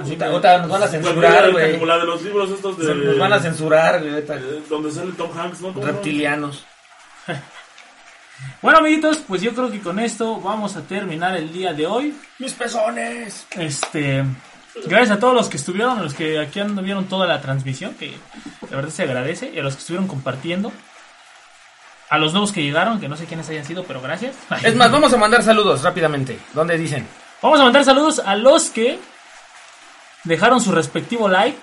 S1: Así
S2: Puta,
S1: me-
S2: puta, nos van a
S3: Pues
S2: censurar,
S3: mira,
S2: güey.
S3: Como la de los libros estos de...
S2: Nos van a censurar, güey. ahorita.
S3: eh, Donde sale Tom Hanks, ¿no? ¿Cómo no?
S2: Reptilianos.
S1: Bueno, amiguitos, pues yo creo que con esto vamos a terminar el día de hoy.
S2: ¡Mis pezones!
S1: Este, gracias a todos los que estuvieron, a los que aquí anduvieron toda la transmisión, que la verdad se agradece, y a los que estuvieron compartiendo. A los nuevos que llegaron, que no sé quiénes hayan sido, pero gracias.
S2: Es más, vamos a mandar saludos rápidamente. ¿Dónde dicen?
S1: Vamos a mandar saludos a los que dejaron su respectivo like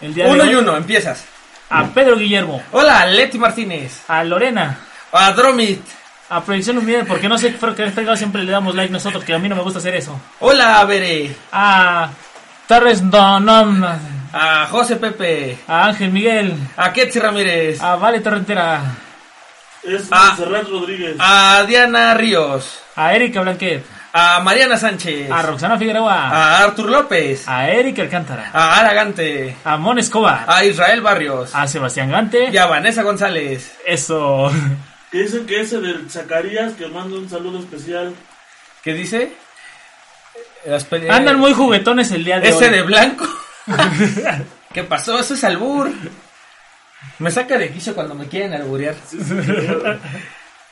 S1: el día de
S2: Uno
S1: hoy.
S2: y uno, empiezas.
S1: A Pedro Guillermo,
S2: Hola, Leti Martínez.
S1: a Lorena,
S2: A Dromit.
S1: a Proyección Unida, porque no sé, creo que a este lado siempre le damos like nosotros, que a mí no me gusta hacer eso.
S2: Hola, Bere.
S1: A Torres Donon, a
S2: A José Pepe.
S1: Ángel Miguel,
S2: A Ketsi Ramírez.
S1: a Vale Torrentera,
S3: Es
S2: Ah.
S3: Montserrat Rodríguez.
S2: A Diana Ríos.
S1: a Erika Blanquet,
S2: A Mariana Sánchez.
S1: a Roxana Figueroa,
S2: A Artur López.
S1: a Erika Alcántara,
S2: A Aragante.
S1: a Mon Escobar,
S2: A Israel Barrios.
S1: a Sebastián
S2: Y
S1: Gante.
S2: a Vanessa González.
S1: Eso.
S3: Que dicen que ese del Zacarías, que manda un saludo especial.
S2: ¿Qué dice? Las pe-
S1: Andan muy juguetones el día de hoy.
S2: Eh, Ese de blanco. ¿Qué pasó? Eso es albur. Me saca de quicio cuando me quieren alburear.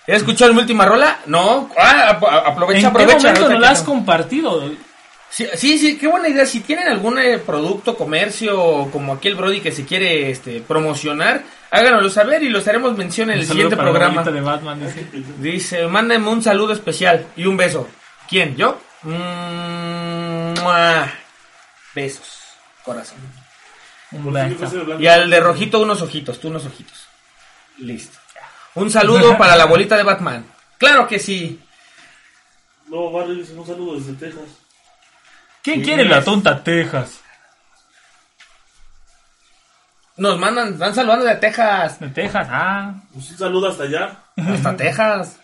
S2: ¿He escuchado mi última rola? No. Ah, ap-
S1: ¿En
S2: aprovecha,
S1: qué
S2: aprovecha.
S1: momento
S2: ahorita
S1: no
S2: que
S1: la has
S2: no.
S1: compartido?
S2: Sí, sí, sí, qué buena idea. Si tienen algún eh, producto, comercio, como aquí el Brody que se quiere este, promocionar, háganoslo saber y los haremos mención en el
S1: Un saludo
S2: siguiente
S1: para
S2: programa.
S1: abuelita de Batman, dice.
S2: Dice, mándame un saludo especial y un beso. ¿Quién? ¿Yo? Mm, ¡mua! Besos. Corazón.
S1: Un
S3: Por si
S1: blanco.
S3: fuese de blanco.
S2: Y al de rojito unos ojitos, tú unos ojitos. Listo. Un saludo para la bolita de Batman. Claro que sí.
S3: No, Barry dice un saludo desde Texas.
S1: ¿Quién quiere la tonta Texas?
S2: Nos mandan, están saludando de Texas.
S1: De Texas, ah.
S3: Pues un saludo hasta allá.
S2: Hasta Texas.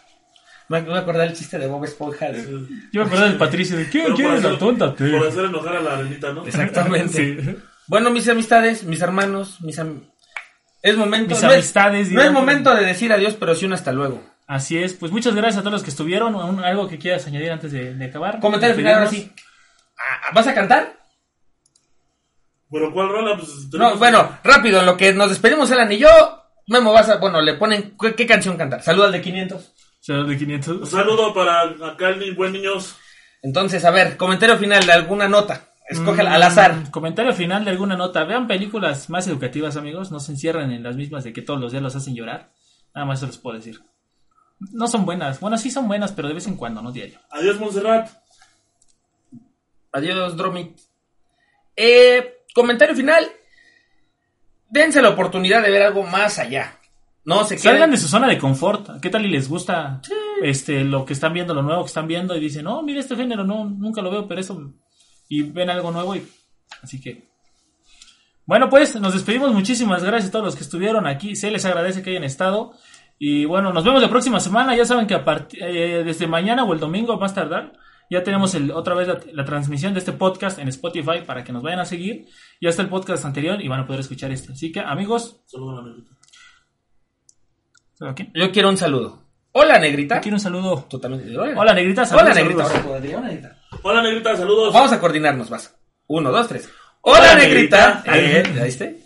S2: Me me voy a acordar el chiste de Bob Esponja. de-
S1: Yo me acuerdo del Patricio de ¿Quién
S3: Pero por
S1: quiere la
S3: hacer-
S1: tonta
S3: Por
S1: Texas?
S3: hacer enojar a la arenita, ¿no?
S2: Exactamente.
S1: Sí.
S2: Bueno, mis amistades, mis hermanos, mis am- Es momento.
S1: Mis
S2: no es-
S1: amistades,
S2: no es
S1: dirán.
S2: momento de decir adiós, pero sí un hasta luego.
S1: Así es, pues muchas gracias a todos los que estuvieron. ¿Algún- ¿Algo que quieras añadir antes de, de acabar?
S2: Comentario final ahora sí. Ah, ¿Vas a cantar?
S3: Pero ¿cuál rola? Pues,
S2: No, bueno, rápido, en lo que nos despedimos el anillo, Memo vas a, bueno, le ponen qué, qué canción cantar. Saluda al de 500.
S1: Saludos de
S3: Un
S1: 500.
S3: saludo para a Cali, buen niños.
S2: Entonces, a ver, comentario final de alguna nota. Escógela al
S1: Mm,
S2: azar.
S1: Comentario final de alguna nota. Vean películas más educativas, amigos. No se encierren en las mismas de que todos los días los hacen llorar. Nada más se los puedo decir. No son buenas. Bueno, sí son buenas, pero de vez en cuando, no diario.
S3: Adiós, Montserrat.
S2: Adiós, Dromi. Eh, comentario final. Dense la oportunidad de ver algo más allá. No se
S1: Salgan
S2: queden.
S1: de su zona de confort. ¿Qué tal y les gusta este lo que están viendo, lo nuevo que están viendo? Y dicen, no, mira este género, no, nunca lo veo, pero eso. Y ven algo nuevo y. Así que. Bueno, pues nos despedimos. Muchísimas gracias a todos los que estuvieron aquí. Se les agradece que hayan estado. Y bueno, nos vemos la próxima semana. Ya saben que a partir desde mañana o el domingo, más tardar, ya tenemos el, otra vez la, la transmisión de este podcast en Spotify para que nos vayan a seguir. Ya está el podcast anterior y van a poder escuchar este. Así que, amigos,
S3: Saludo a la negrita.
S1: ¿saben qué?
S2: Yo quiero un saludo. Hola, negrita.
S1: Yo quiero un saludo.
S2: Tú también.
S1: Hola, negrita. saludos,
S2: Hola, negrita.
S1: saludos.
S2: Ahora, podría, hola, negrita.
S3: Hola, negrita, saludos.
S2: Vamos a coordinarnos, vas. Uno, dos, tres. Hola,
S3: Hola,
S2: negrita.
S1: negrita.
S2: Eh, ¿la viste?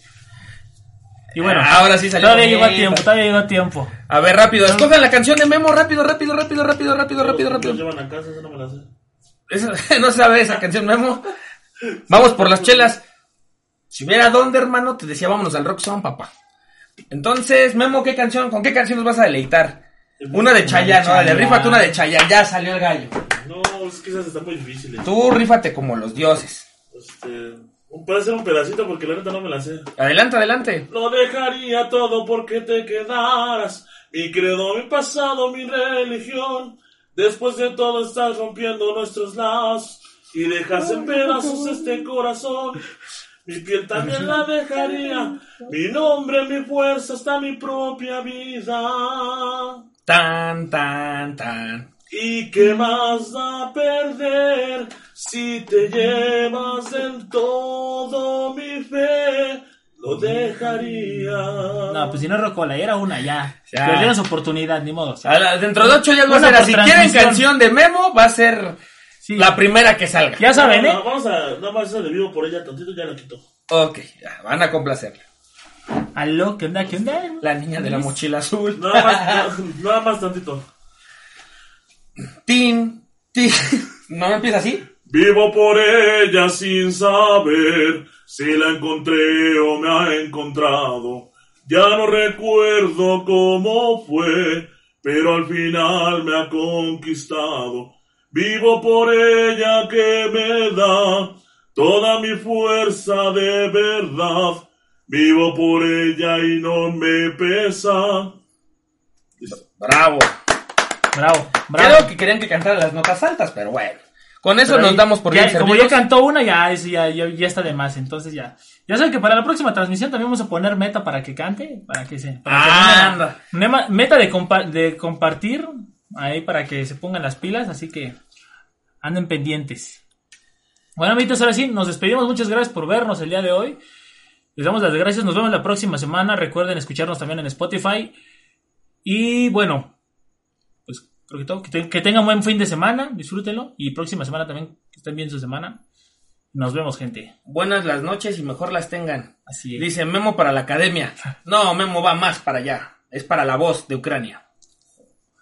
S1: Y bueno,
S2: Ahora sí Ah, salió
S1: Todavía
S2: bien.
S1: llegó a tiempo, todavía llegó a tiempo.
S2: A ver, rápido, escojan la canción de Memo, rápido, rápido, rápido, rápido, rápido, rápido,
S3: Nos
S2: rápido.
S3: llevan a casa, esa no me la sé.
S2: Esa- no sabe esa canción, Memo. Vamos por las chelas. Si hubiera dónde, hermano, te decía vámonos al rock Sound, papá. Entonces, Memo, ¿qué canción? ¿Con qué canción nos vas a deleitar? Una de Chayanne,
S1: Chayanne.
S2: órale, rífate una de Chayanne, ya salió el gallo.
S3: No, es que esas están muy difíciles.
S2: Tú rífate como los dioses.
S3: Este, Puede ser un pedacito porque la neta no me la sé.
S2: Adelante, adelante.
S3: Lo dejaría todo porque te quedaras. Mi credo, mi pasado, mi religión. Después de todo estás rompiendo nuestros lazos y dejas en pedazos este corazón. Mi piel también la dejaría. Mi nombre, mi fuerza, hasta mi propia vida.
S2: Tan, tan, tan.
S3: ¿Y qué más da perder si te llevas del todo mi fe? Lo dejaría.
S1: No, pues si no es Rocola, era una ya.
S2: Ya.
S1: Perdieron su oportunidad, ni modo. o sea,
S2: A la- dentro de ocho días va a
S1: Una
S2: ser
S1: por
S2: así. ¿Quieren
S1: transmisión.
S2: canción de Memo? Va a ser
S1: Sí.
S2: la primera que salga.
S1: Ya saben,
S3: No,
S1: ¿eh?
S3: no, vamos a, nada más esa de vivo por ella tantito, ya la quito.
S2: Ok, ya, van a complacerla.
S1: Aló, ¿qué onda? ¿Qué onda?
S2: La niña de la mochila azul.
S3: Nada más, na- nada más tantito.
S2: Tin, tin. ¿No empieza así?
S3: Vivo por ella sin saber si la encontré o me ha encontrado. Ya no recuerdo cómo fue, pero al final me ha conquistado. Vivo por ella que me da toda mi fuerza de verdad. Vivo por ella y no me pesa.
S2: Bravo.
S1: Bravo, bravo.
S2: Creo que querían que cantara las notas altas, pero bueno. Con eso
S1: Pero
S2: nos
S1: ahí,
S2: damos por
S1: ya,
S2: bien
S1: Como
S2: servidos.
S1: ya cantó una, ya, es- ya, ya, ya está de más. Entonces ya. Ya saben que para la próxima transmisión también vamos a poner meta para que cante. Para que se. para que
S2: Ah,
S1: pongan-
S2: anda.
S1: una ma- meta de, compa- de compartir. Ahí para que se pongan las pilas. Así que anden pendientes. Bueno, amiguitos, ahora sí, nos despedimos. Muchas gracias por vernos el día de hoy. Les damos las gracias. Nos vemos la próxima semana. Recuerden escucharnos también en Spotify. Y bueno, pues creo que todo. Que, te- que tengan buen fin de semana, disfrútenlo. Y próxima semana también, que estén bien su semana. Nos vemos, gente.
S2: Buenas las noches y mejor las tengan.
S1: Así es.
S2: Dice Memo para la academia. No, Memo va más para allá. Es para la voz de Ucrania.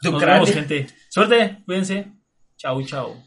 S2: De
S1: Nos
S2: Ucrania.
S1: vemos, gente. Suerte, cuídense. Chau, chau.